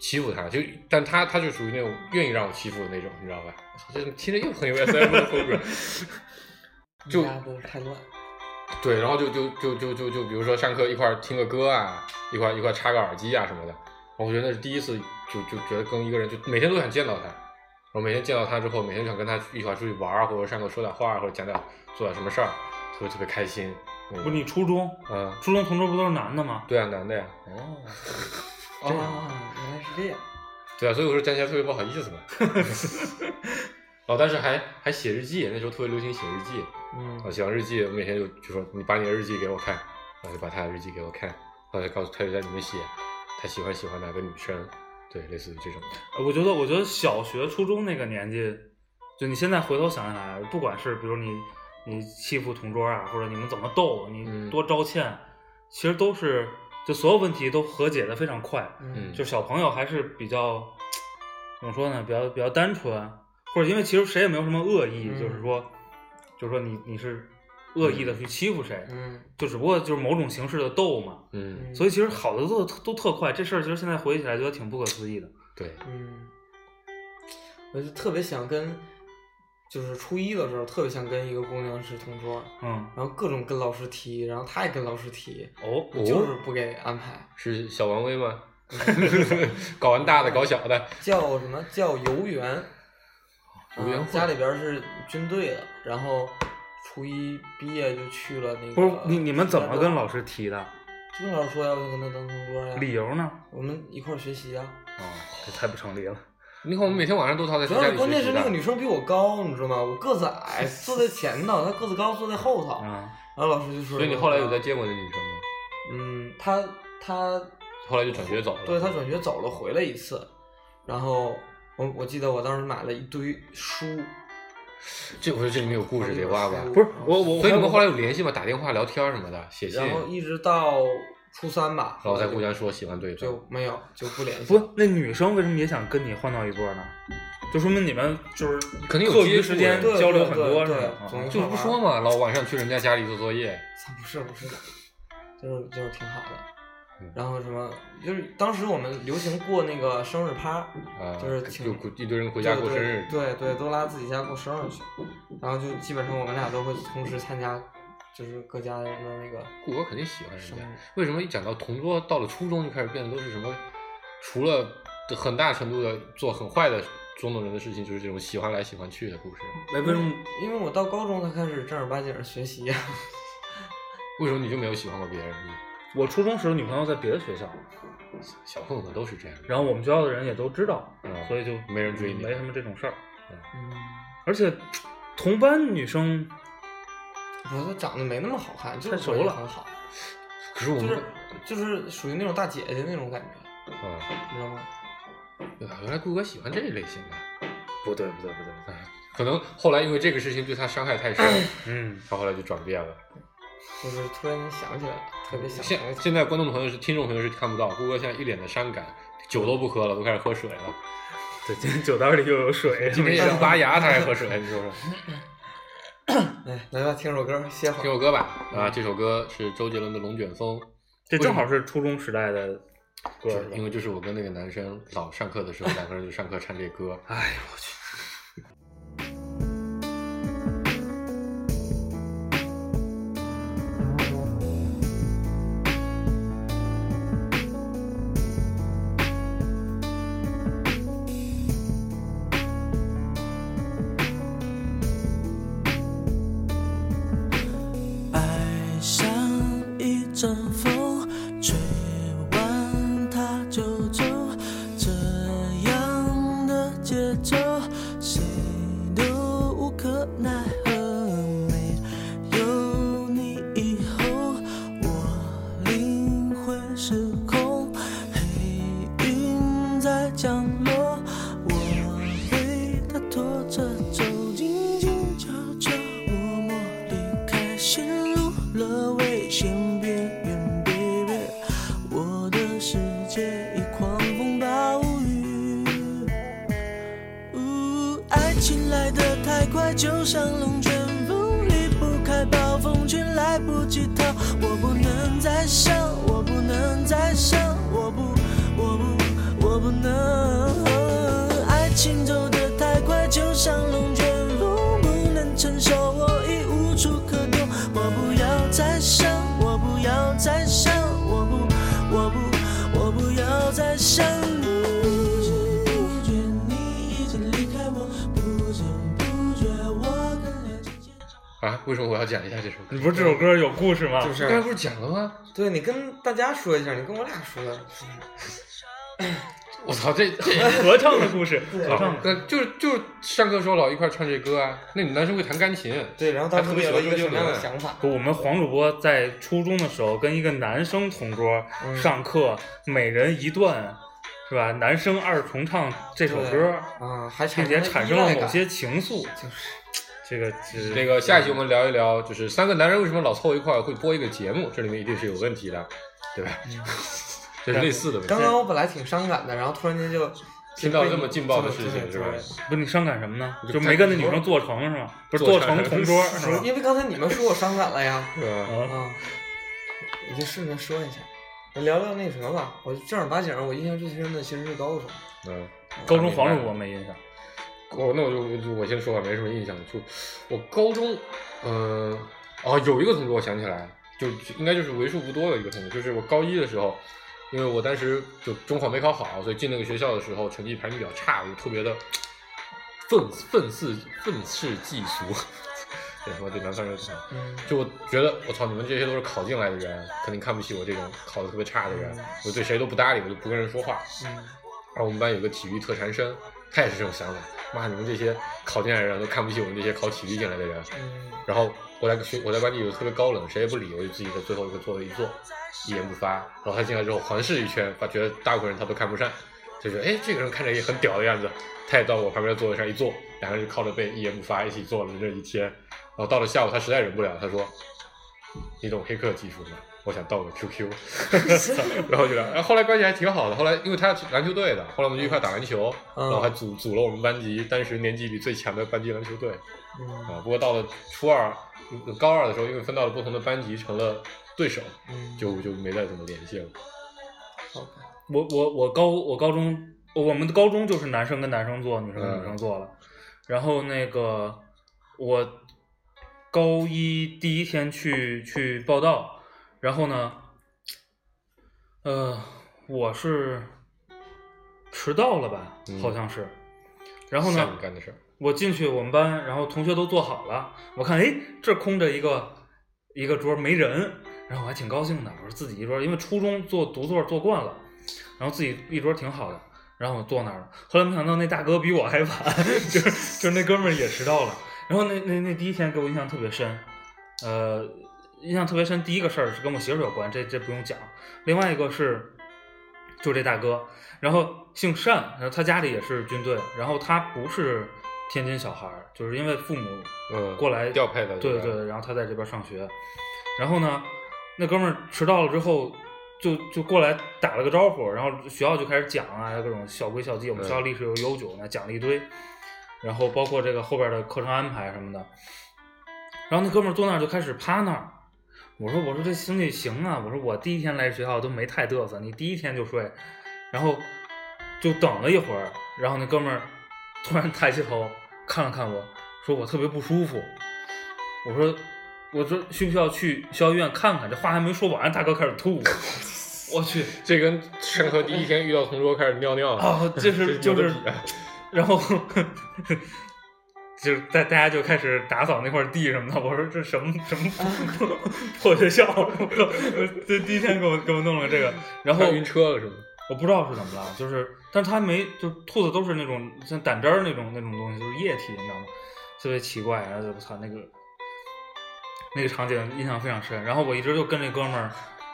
欺负他，就但他他就属于那种愿意让我欺负的那种，你知道吧？这听着又很有 S M 的风格。就家不是太乱，对，然后就就就就就就比如说上课一块儿听个歌啊，一块儿一块儿插个耳机啊什么的。然后我觉得那是第一次就就觉得跟一个人就每天都想见到他，然后每天见到他之后，每天就想跟他一块儿出去玩儿啊，或者上课说点话啊，或者讲点做点什么事儿，所以特别开心。嗯不是你初中，嗯，初中同桌不都是男的吗？对啊，男的呀，哦，哦，原来是这样，对啊，所以我说站起来特别不好意思嘛。 哦，但是还还写日记，那时候特别流行写日记。我嗯，啊写完日记，我每天就就说你把你的日记给我看，然后就把他的日记给我看，然后就告诉他就在里面写他喜欢喜欢哪个女生，对，类似于这种的。呃我觉得，我觉得小学、初中那个年纪，就你现在回头想起来，不管是比如你你欺负同桌啊，或者你们怎么斗，嗯你多招歉，其实都是就所有问题都和解的非常快。嗯，就小朋友还是比较怎么说呢，比较比较单纯，或者因为其实谁也没有什么恶意，嗯就是说，就是说你你是恶意的去欺负谁，嗯，就只不过就是某种形式的斗嘛。嗯，所以其实好的都都特快，这事儿其实现在回忆起来觉得挺不可思议的。对，嗯，我就特别想跟，就是初一的时候，特别想跟一个姑娘是同桌，嗯，然后各种跟老师提，然后她也跟老师提，哦，就是不给安排，是小王威吗？ 搞完大的，搞小的，叫什么叫游园，游园啊会家里边是军队的，然后初一毕业就去了那个。不是你你们怎么跟老？师提的？就跟老师说要跟他当同桌呀？理由呢？我们一块儿学习啊。哦，这太不成立了。你看我们每天晚上都躺在主他要家是里关键学是习那个女的。生比我高，你知道吗？我个子 矮，坐在前头，她个子高，坐在后头。啊，然后老师就说。嗯所以你后来有在？接过那女生吗？嗯，她她后来就转学走了。对她转学走了，回来一次，然后我我记得我当时买了一堆书，这我说这里面有故事得挖挖。不是我我，所以你们后来有联系吗？打电话聊天什么的，写信，然后然一直到初三吧，后再就互相说喜欢对方就。没有就不联系了。不，那女生为什么也想跟你换到一桌呢？就说明你们就是肯定有课接余触时间对对交流很多对是吧对？啊总就是不说嘛，老晚上去人家家里做作业，操，不是不是，就是就是挺好的嗯。然后什么，就是当时我们流行过那个生日趴，啊，就是挺就一堆人回家过生日，对对对，都拉自己家过生日去。然后就基本上我们俩都会同时参加，就是各家人的那个顾哥肯定喜欢人生家日。。为什么一讲到同桌，到了初中就开始变得都是什么？除了很大程度的做很坏的中等人的事情，就是这种喜欢来喜欢去的故事。哎，为什么？因为我到高中才开始正儿八经儿学习呀、 为什么你就没有喜欢过别人？我初中时候女朋友在别的学校，小混混都是这样的。然后我们学校的人也都知道，嗯所以就没人追你没什么这种事儿。嗯，而且同班女生，我都长得没那么好看，就太是熟我也了很好，可是我就们是就是属于那种大姐姐那种感觉，啊，你知道吗？原来顾哥喜欢这一类型的。不对不对不对不对，可能后来因为这个事情对他伤害太深， 嗯，他后来就转变了。就是突然间想起来了，特别想现想起来现在观众朋友是听众朋友是看不到，顾哥现在一脸的伤感，酒都不喝了，都开始喝水了。对，今天酒单里又有水， 今天也不拔牙，他还 喝水，你说说。哎，来吧，听首歌歇会听儿。首歌吧，啊，这首歌是周杰伦的《龙卷风》，这正好是初中时代的歌就是是吧因为就是我跟那个男生老上课的时候，两个人就上课唱这歌。 哎呦我去，爱像一阵风，吹完它就走，这样的节奏，谁都无可奈何。没有你以后，我灵魂失控，黑云在降落，我被它拖着走，静静悄悄，默默离开，陷入了危险边缘，baby，我的世界已狂风暴雨。呜，爱情来得太快，就像龙卷风，离不开暴风圈，来不及逃。我不能再想，我不能再想，我不，我不不能。爱情走得太快，就像龙卷风，不能承受，我已无处可躲。我不要再想，我不要再想，我不，我不，我不要再想你。不知不觉你已经离开我，不知不觉我跟人之间。啊，为什么我要讲一下这首歌你？不是这首歌有故事吗？就是刚才不是讲了吗？对你跟大家说一下，你跟我俩说，我操，这这 合唱的故事，啊合唱的。那就是就是上课时候老一块儿唱这歌啊。那你们男生会弹钢琴，对，然后当时你有一个什么样的还特别喜欢周杰伦想法？我们黄主播在初中的时候跟一个男生同桌嗯上课，每人一段，是吧？男生二重唱这首对歌，啊，还并产且生产生依了赖某感些情愫。就是这个是那个下一期我们聊一聊，就是三个男人为什么老凑一块儿会播一个节目，这里面一定是有问题的，对吧？嗯 这是类似的问题刚。刚我本来挺伤感的，然后突然间就听到这么劲爆的事情是吧？不是你伤感什么呢？就就没跟那女生做成是吗？不是做做成成同桌对是对对吧？因为刚才你们说我伤感了呀，对吧？啊，啊，我就顺着说一下，我聊聊那什么吧。我正儿八经儿，我印象最深的其实是高中，嗯，高中黄主播没印象，我哦那我就我就我先说吧，没什么印象。就我高中，嗯、哦，有一个同桌我想起来，就就应该就是为数不多的一个同桌，就是我高一的时候，因为我当时就中考没考好，所以进那个学校的时候成绩排名比较差，我就特别的愤愤世愤世嫉俗。 对，我对南方人不好嗯，就我觉得我操，你们这些都是考进来的人，肯定看不起我这种考的特别差的人，我对谁都不搭理，我就不跟人说话。嗯，然后我们班有个体育特长生，他也是这种想法，妈，你们这些考进来的人都看不起我们这些考体育进来的人。嗯，然后我在学我在班里有特别高冷，谁也不理，我就自己在最后一个座位一坐，一言不发。然后他进来之后环视一圈，发觉大部分人他都看不上，就觉得哎这个人看着也很屌的样子，他也到我旁边座位上一坐，两个人就靠着背一言不发一起坐了这一天。然后到了下午，他实在忍不了，他说：“你懂黑客技术吗？我想盗个 QQ。”然后就聊，哎然后后来关系还挺好的。后来因为他是篮球队的，后来我们就一块打篮球，嗯然后还组组了我们班级当时年级里最强的班级篮球队。嗯，啊，不过到了初二、嗯高二的时候，因为分到了不同的班级，成了对手，嗯，就就没再怎么联系了。好吧我我我高我高中我们的高中就是男生跟男生做，女生嗯跟女生做了。然后那个我高一第一天去去报道，然后呢，呃，我是迟到了吧，嗯好像是。然后呢像，你干的事儿，我进去我们班，然后同学都坐好了，我看哎这儿空着一个一个桌没人，然后我还挺高兴的，我说自己一桌，因为初中坐独座坐惯了，然后自己一桌挺好的，然后我坐那儿了。后来没想到那大哥比我还晚， 就是就是那哥们儿也迟到了。然后那那那第一天给我印象特别深，呃，印象特别深第一个事儿是跟我媳妇儿有关，这这不用讲。另外一个是就这大哥，然后姓单，然后他家里也是军队，然后他不是天津小孩儿，就是因为父母嗯，过来调配的，对吧对，然后他在这边上学，然后呢，那哥们儿迟到了之后，就就过来打了个招呼，然后学校就开始讲啊各种校规校纪，我们学校历史有悠久呢，讲了一堆，然后包括这个后边的课程安排什么的，然后那哥们儿坐那儿就开始趴那儿。我说我说这兄弟行啊，我说我第一天来学校都没太嘚瑟，你第一天就睡，然后就等了一会儿，然后那哥们儿突然抬起头看了看我，说我特别不舒服。我说我说需不需要去校医院看看？这话还没说完，大哥开始吐， 我去这跟上课第一天遇到同桌开始尿尿了，啊！这是这就牛的是比啊， 然后就是大大家就开始打扫那块地什么的。我说这什么什么 破学校， 我说这第一天给我给我弄了这个，然后他晕车了是吗？我不知道是怎么了，就是，但是它没，就兔子都是那种像胆汁儿那种那种东西，就是液体，你知道吗？特别奇怪，然后就我操那个那个场景印象非常深。然后我一直就跟这哥们儿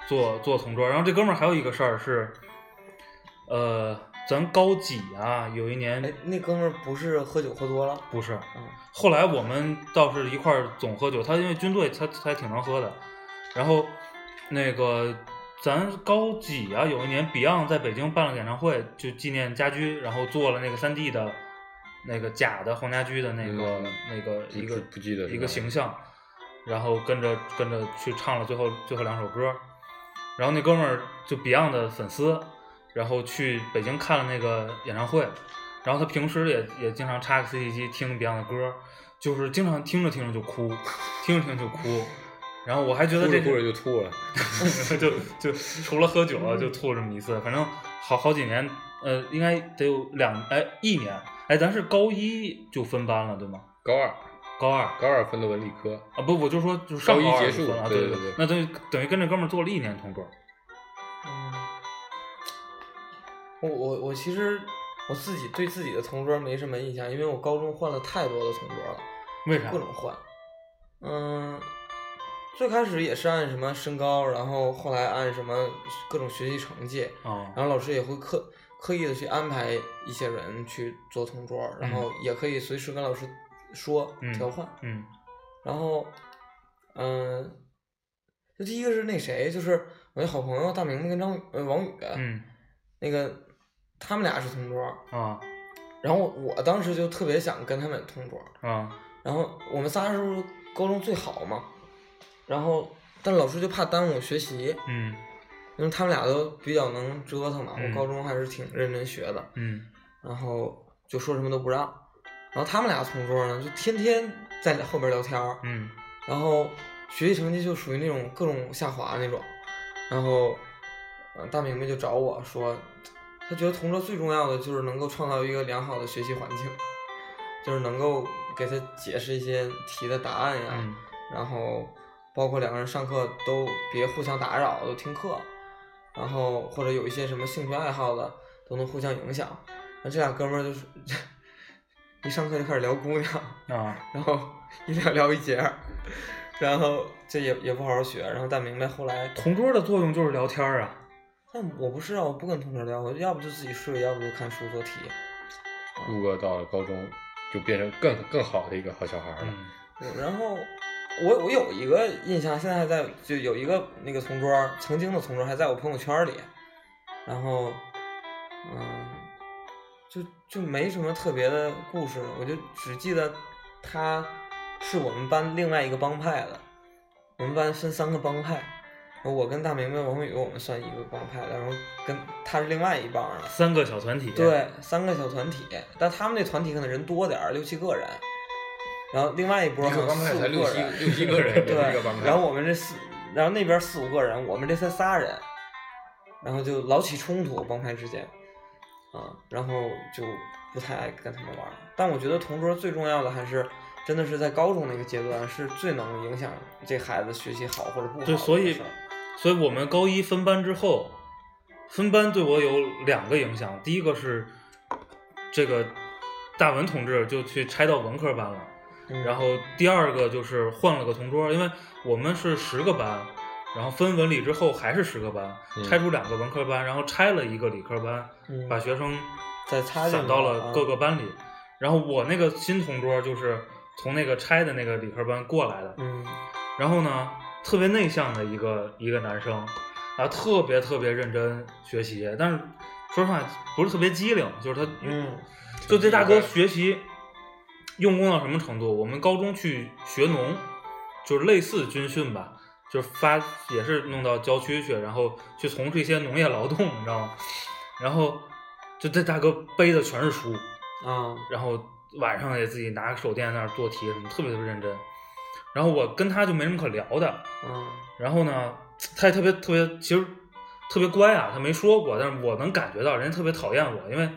做做同桌，然后这哥们儿还有一个事儿是，呃，咱高几啊？有一年哎，那哥们儿不是喝酒喝多了，不是，嗯后来我们倒是一块儿总喝酒，他因为军队他他还挺能喝的，然后那个咱高几啊，有一年 Beyond 在北京办了个演唱会，就纪念家驹，然后做了那个三 D 的那个假的黄家驹的那个、嗯那个不一个不不记得是一个哪个形象，然后跟着跟着去唱了最后最后两首歌，然后那哥们儿就 Beyond 的粉丝，然后去北京看了那个演唱会，然后他平时也也经常插个 CD 机听 Beyond 的歌，就是经常听着听着就哭， 听着听着就哭，然后我还觉得哭这着个哭着就吐了。就 就除了喝酒啊，就吐这么一次，反正好好几年，呃，应该得有两哎一年，哎，咱是高一就分班了对吗？高二，高二高二分的文理科，啊不，我就说就是上高一二结就束分了啊，对对对对那等于等于跟这哥们儿做了一年同桌，嗯，我我我其实我自己对自己的同桌没什么印象，因为我高中换了太多的同桌了，为啥各？种换。嗯，最开始也是按什么身高，然后后来按什么各种学习成绩，啊然后老师也会刻刻意的去安排一些人去做同桌，然后也可以随时跟老师说嗯调换。嗯然后，嗯、就第一个是那谁，就是我那好朋友大明明跟张呃王宇，嗯那个他们俩是同桌，啊然后我当时就特别想跟他们同桌，啊然后我们仨是不是高中最好嘛？然后但老师就怕耽误我学习，嗯因为他们俩都比较能折腾嘛，嗯我高中还是挺认真学的，嗯然后就说什么都不让，然后他们俩同桌呢就天天在后边聊天儿，嗯然后学习成绩就属于那种各种下滑那种，然后，呃，大明明就找我说，他觉得同桌最重要的就是能够创造一个良好的学习环境，就是能够给他解释一些题的答案呀，嗯然后包括两个人上课都别互相打扰，都听课，然后或者有一些什么兴趣爱好的都能互相影响。那这俩哥们儿就是 一上课就开始聊姑娘。啊然后 一聊聊一节儿，然后这也也不好好学，然后但明白后来，同桌的作用就是聊天儿啊。但我不是啊，我不跟同学聊，我要不就自己睡，要不就看书做题。路过到了高中，就变成更更好的一个好小孩了。嗯嗯然后我我有一个印象，现在还在，就有一个那个同桌，曾经的同桌还在我朋友圈里，然后，嗯，就就没什么特别的故事，我就只记得他是我们班另外一个帮派的，我们班分三个帮派。我跟大明明、王宇，我们算一个帮派的，然后跟他是另外一帮的，三个小团体，对，三个小团体，但他们那团体可能人多点儿，六七个人，然后另外一波一可个能帮派四才五六个七人，六七 个人，对也是一个帮，派。然后我们这四，然后那边四五个人，我们这才仨人，然后就老起冲突，帮派之间，啊，然后就不太爱跟他们玩儿。但我觉得同桌最重要的还是，真的是在高中那个阶段是最能影响这孩子学习好或者不好对，的所以事儿所以我们高一分班之后，分班对我有两个影响，第一个是这个大文同志就去拆到文科班了，嗯然后第二个就是换了个同桌，因为我们是十个班，然后分文理之后还是十个班，嗯拆出两个文科班，然后拆了一个理科班，嗯把学生再插进散到来了啊各个班里。然后我那个新同桌就是从那个拆的那个理科班过来的，嗯然后呢，特别内向的一个一个男生，啊，特别特别认真学习，但是说实话不是特别机灵，就是他，嗯，就这大哥学习用功到什么程度？我们高中去学农，就是类似军训吧，就是发也是弄到郊区去，然后去从事一些农业劳动，你知道吗？然后就这大哥背的全是书，啊然后晚上也自己拿个手电在那儿做题什么，特别特别认真。然后我跟他就没什么可聊的，嗯然后呢，他也特别特别，其实特别乖啊，他没说过，但是我能感觉到人家特别讨厌我，因为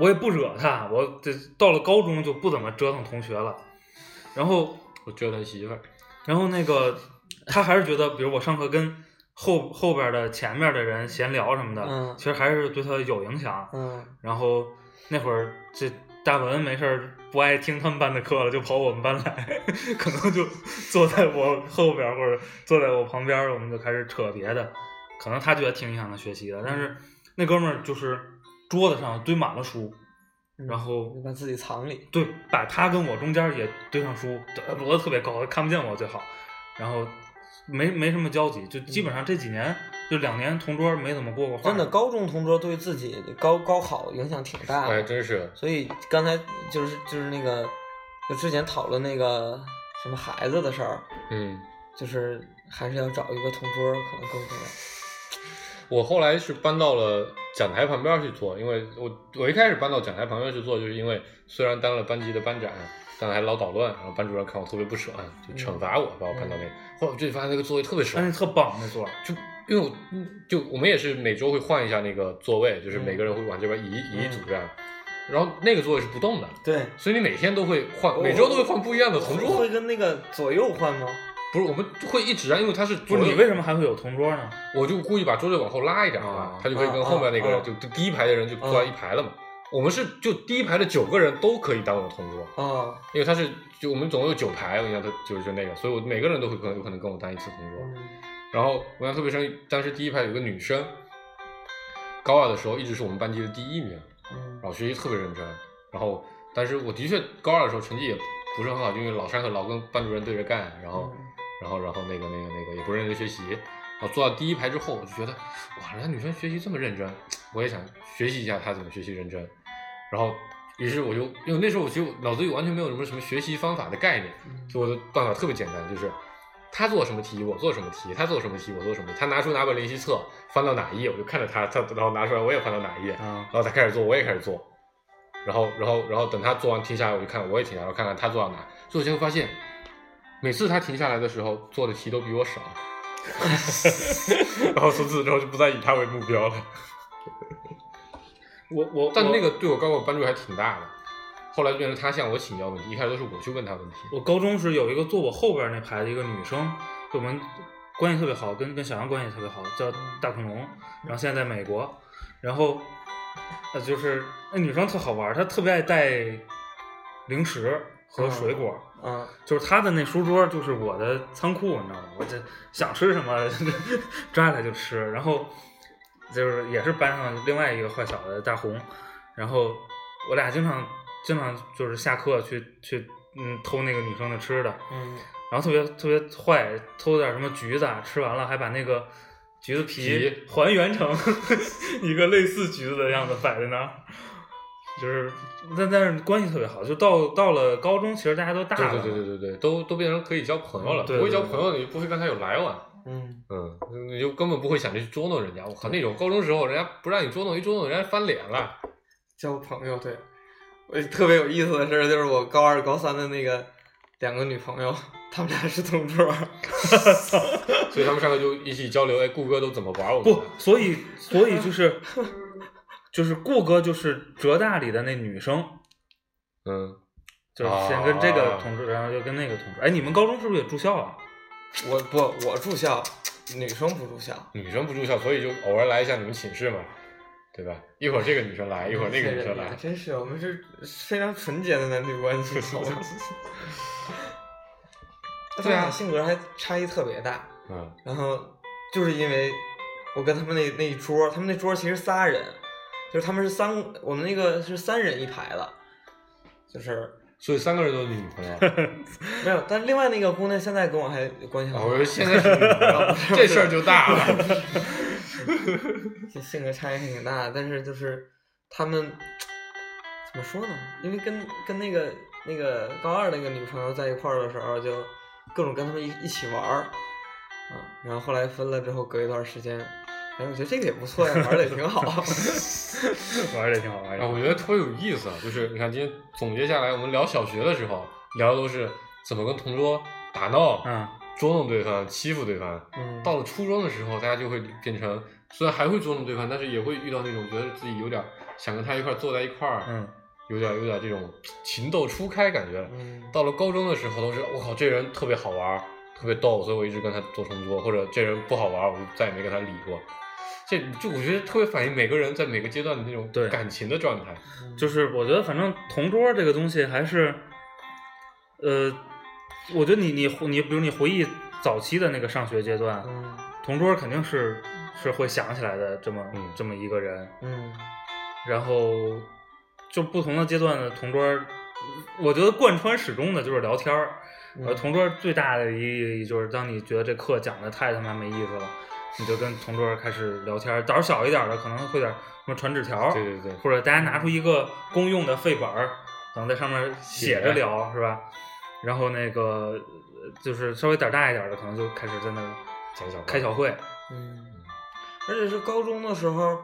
我也不惹他，我这到了高中就不怎么折腾同学了。然后，我折腾媳妇儿，然后那个他还是觉得，比如我上课跟后后边的前面的人闲聊什么的，嗯其实还是对他有影响。嗯然后那会儿这大文没事儿不爱听他们班的课了，就跑我们班来， 可能就坐在我后边儿或者坐在我旁边儿，我们就开始扯别的。可能他觉得挺影响他学习的，但是那哥们儿就是桌子上堆满了书，嗯然后就把自己藏里。对，把他跟我中间也堆上书，摞得特别高，看不见我最好。然后没没什么交集，就基本上这几年、就两年同桌没怎么过过话。嗯真的，高中同桌对自己的高高考影响挺大哎，的，真是所以刚才就是就是那个，就之前讨论那个什么孩子的事儿，嗯，就是还是要找一个同桌可能更重要。我后来是搬到了展台旁边去做，因为我我一开始搬到展台旁边去做，就是因为虽然当了班级的班长，但还老捣乱，然后班主任看我特别不爽，就嗯惩罚我，把我搬到那里。后来我就发现那个座位特别爽但，是特棒那座儿，就因为我嗯就我们也是每周会换一下那个座位，就是嗯每个人会往这边移、移一组这样，然后那个座位是不动的，对，所以你每天都会换，我每哦周都会换不一样的同桌会。跟那个左右换吗？不是，我们会一直啊，因为他是不左是右你为什么还会有同桌呢？我就故意把桌子往后拉一点嘛啊，他就可以跟后面那个啊啊人，就就第一排的人就坐在一排了嘛。我们是就第一排的九个人都可以当我的同桌，啊，因为他是就我们总共有九排，我印象特就是就那个，所以我每个人都会可能有可能跟我当一次同桌。然后我印象特别深，当时第一排有个女生，高二的时候一直是我们班级的第一名，嗯然后学习特别认真。然后，但是我的确高二的时候成绩也不是很好，就因为老上课老跟班主任对着干，然后嗯然后然后那个那个那个也不认真学习，然后坐到第一排之后，我就觉得哇，人家女生学习这么认真，我也想学习一下她怎么学习认真。然后，于是我就因为那时候我其实脑子里完全没有什么什么学习方法的概念，所以我的办法特别简单，就是他做什么题我做什么题，他做什么题我做什么题，他拿出哪本练习册翻到哪一页，我就看着他，他然后拿出来我也翻到哪一页，啊然，后他开始做，我也开始做，然后然后然后等他做完停下来，我就看我也停下来，我看看他做到哪，最后结果发现，每次他停下来的时候做的题都比我少， 然后从此之后就不再以他为目标了。我我但我那个对我高考帮助还挺大的，后来就变成他向我请教问题，一开始都是我去问他问题。我高中时有一个坐我后边那排的一个女生，就我们关系特别好，跟跟小杨关系特别好，叫大恐龙，然后现在在美国，然后呃就是那女生特好玩儿，她特别爱带零食嗯和水果。啊，就是她的那书桌，就是我的仓库，你知道吗？我这想吃什么抓起来就吃，然后就是也是班上另外一个坏小子大红，然后我俩经常经常就是下课去去嗯偷那个女生的吃的，嗯然后特别特别坏，偷点什么橘子啊，吃完了还把那个橘子皮皮还原成 一个类似橘子的样子摆在那儿，就是但但是关系特别好，就到到了高中，其实大家都大对了，对对对对对，都都变成可以交朋友了。嗯对对对不会交朋友，你就不会跟他有来往。嗯，嗯，你就根本不会想着去捉弄人家。我靠，那种高中时候人家不让你捉弄，一捉弄人家翻脸了。交朋友对。我特别有意思的事儿就是我高二、高三的那个两个女朋友， 她们俩是同桌。所以他们上课就一起交流，哎，顾哥都怎么玩我们的？不，所以所以就是就是顾哥就是浙大里的那女生，嗯，就是先跟这个啊同哦志，然后又跟那个同志。哎，你们高中是不是也住校啊？我不，我住校，女生不住校。女生不住校，所以就偶尔来一下你们寝室嘛，对吧？一会儿这个女生嗯来，一会儿那个女生哎呀来。真是我们是非常纯洁的男女关系，好 吗？他对们啊俩性格还差异特别大，嗯，然后就是因为我跟他们那那一桌，他们那桌其实仨人，就是他们是三，我们那个是三人一排的，就是所以三个人都是女朋友。 没有，但另外那个姑娘现在跟我还关系很啊好，我说现在是女朋 友，这事儿就大了。这 性格差异还挺大，但是就是他们怎么说呢？因为跟跟那个那个高二那个女朋友在一块儿的时候，就各种跟他们一一起玩儿啊。然后后来分了之后，隔一段时间，哎，我觉得这个也不错呀，玩的也挺 好。 玩的挺好玩啊，我觉得特别有意思啊，就是你看今天总结下来，我们聊小学的时候聊的都是怎么跟同桌打闹，嗯，捉弄对方、欺负对方。嗯，到了初中的时候，大家就会变成虽然还会捉弄对方，但是也会遇到那种觉得自己有点想跟他一块儿坐在一块儿，嗯，有点有点这种情窦初开感觉。嗯，到了高中的时候，都是我靠，这人特别好玩儿，特别逗，所以我一直跟他做同桌，或者这人不好玩儿，我就再也没跟他理过。这就我觉得特别反映每个人在每个阶段的那种对感情的状态。嗯就是我觉得反正同桌这个东西还是，呃，我觉得你你你比如你回忆早期的那个上学阶段，嗯同桌肯定是是会想起来的这么、嗯这么一个人，嗯然后就不同的阶段的同桌儿，我觉得贯穿始终的就是聊天儿。啊呃，嗯同桌儿最大的意义就是，当你觉得这课讲的太他妈没意思了，你就跟同桌儿开始聊天儿。胆儿小一点儿的，可能会点儿什么传纸条儿，对对对，或者大家拿出一个公用的废本儿，然后在上面写着聊，是吧？然后那个呃就是稍微胆儿大一点儿的，可能就开始在那儿讲小话开小会，嗯，而且是高中的时候，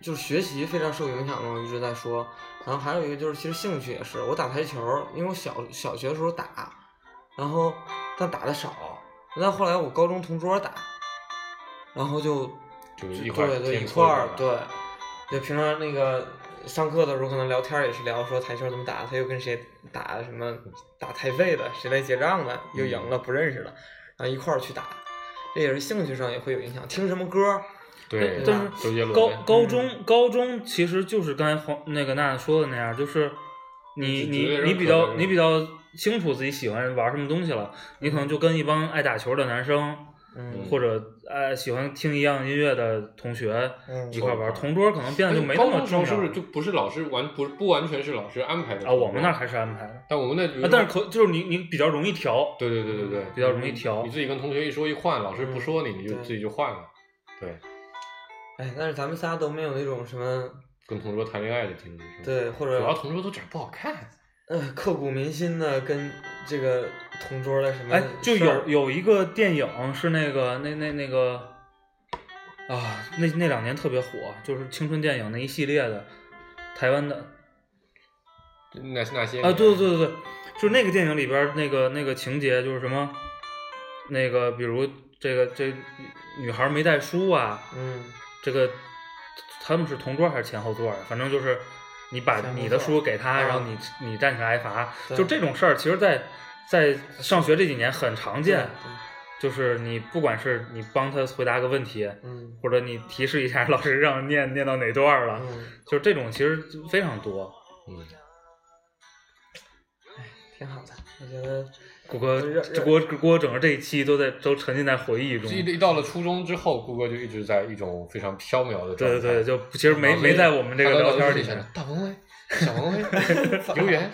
就是学习非常受影响嘛，我一直在说。然后还有一个就是，其实兴趣也是，我打台球，因为我小小学的时候打，然后但打的少，但后来我高中同桌打，然后就就就一块儿对对天一赋块儿是吧对，就平常那个上课的时候可能聊天儿也是聊说台球怎么打，他又跟谁打什么打太费的，谁来结账的，又赢了不认识的，然后一块儿去打，这也是兴趣上也会有影响。听什么歌儿，对，啊但是周杰伦高高中高中其实就是刚才黄那个娜娜说的那样，就是你嗯就你觉你得认比可的较人你比较清楚自己喜欢玩什么东西了，你可能就跟一帮爱打球的男生。嗯或者呃喜欢听一样音乐的同学嗯一块儿玩儿，嗯同桌可能变得就没那哎高么中时候重要是不了是就不是老师完不不完全是老师安排的啊？我们那儿还是，是安排的，但我们那比如啊，但是可就是你你比较容易调，对对对对对，比较容易调嗯你。自己跟同学一说一换，老师不说你，你就对自己就换了。对，哎，但是咱们仨都没有那种什么跟同桌谈恋爱的经历是吧，对或主要者同桌都长得不好看。呃刻骨铭心的跟这个同桌的什么哎，就事儿有有一个电影是那个那那那个啊，那那两年特别火，就是青春电影那一系列的，台湾的那那些啊，对对对对，就是那个电影里边儿那个那个情节就是什么，那个比如这个这女孩儿没带书啊，嗯这个他们是同桌还是前后座啊？反正就是你把前后座你的书给他，啊然后你你站起来挨罚，对就这种事儿，其实在，在上学这几年很常见，就是你不管是你帮他回答个问题，嗯或者你提示一下 老师让念念到哪段儿了，嗯就是这种其实就非常多。嗯，挺好的，我觉 得谷歌，让让这谷歌谷歌整个这一期都在都沉浸在回忆中这，一一到了初中之后，顾哥就一直在一种非常飘渺的状态。对对对，就其实没脑子里没在我们这个聊天里想着面。大王威、小王威、 刘源，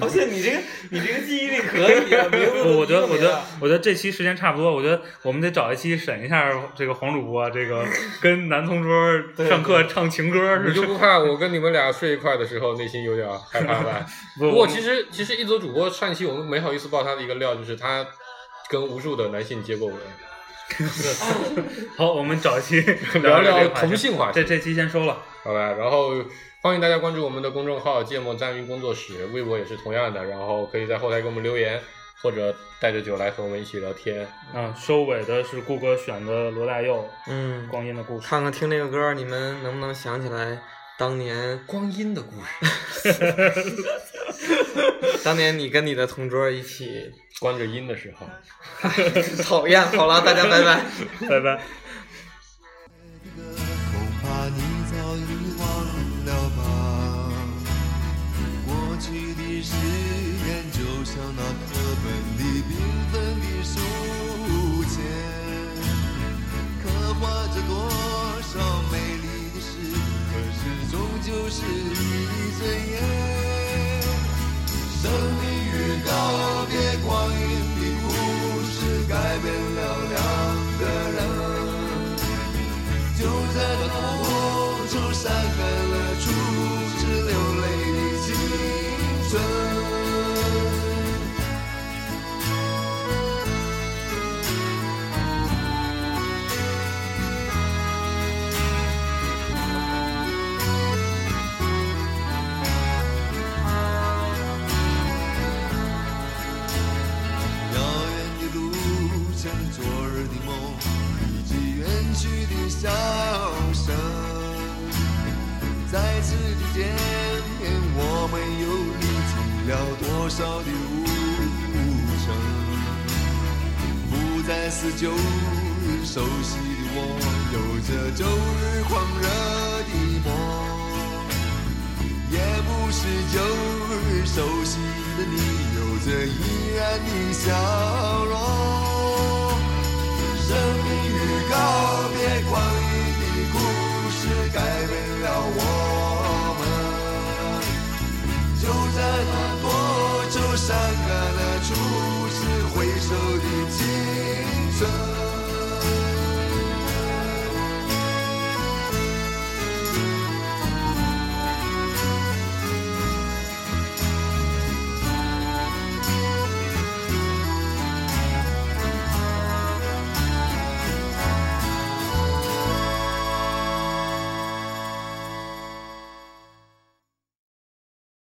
而且你这个你这个记忆力可以啊，名字我都我觉 记得，我住觉了得，我觉得这期时间差不多，我觉得我们得找一期审一下这个黄主播，这 个跟男同桌上课唱情歌你是就不怕我跟你们俩睡一块的时候，内心有点害怕吧？不不过其实其实一泽主播上一期我们没好意思爆他的一个料，就是他跟无数的男性接过吻，好，我们找一期聊聊聊这个话题同性话这题，这期先收了，好吧？然后欢迎大家关注我们的公众号“芥末战云工作室”，微博也是同样的，然后可以在后台给我们留言，或者带着酒来和我们一起聊天。嗯，收尾的是顾哥选的罗大佑嗯《光阴的故事》，看看听这个歌儿，你们能不能想起来当年光阴的故事， 当年你跟你的同桌一起？关着音的时候。讨厌，好了，大家拜拜。拜拜。这个恐怕你早已忘了吧。过去的誓言就像那课本里缤纷的书签，刻画着多少美丽的事，可是终究是一阵烟。生命与告别，光阴的故事改变了两个人。就在那空中晒干了初次流泪的青春。遥远的路像昨日的梦，以及远去的笑声。再次的见面，我们又历经了多少的无声？不再是旧日熟悉的我，有着旧日狂热的梦。也不是旧日熟悉的你，有着依然的笑容。生命与告别，光阴的故事改变了我们。就在那多愁善感的初次回首的青春。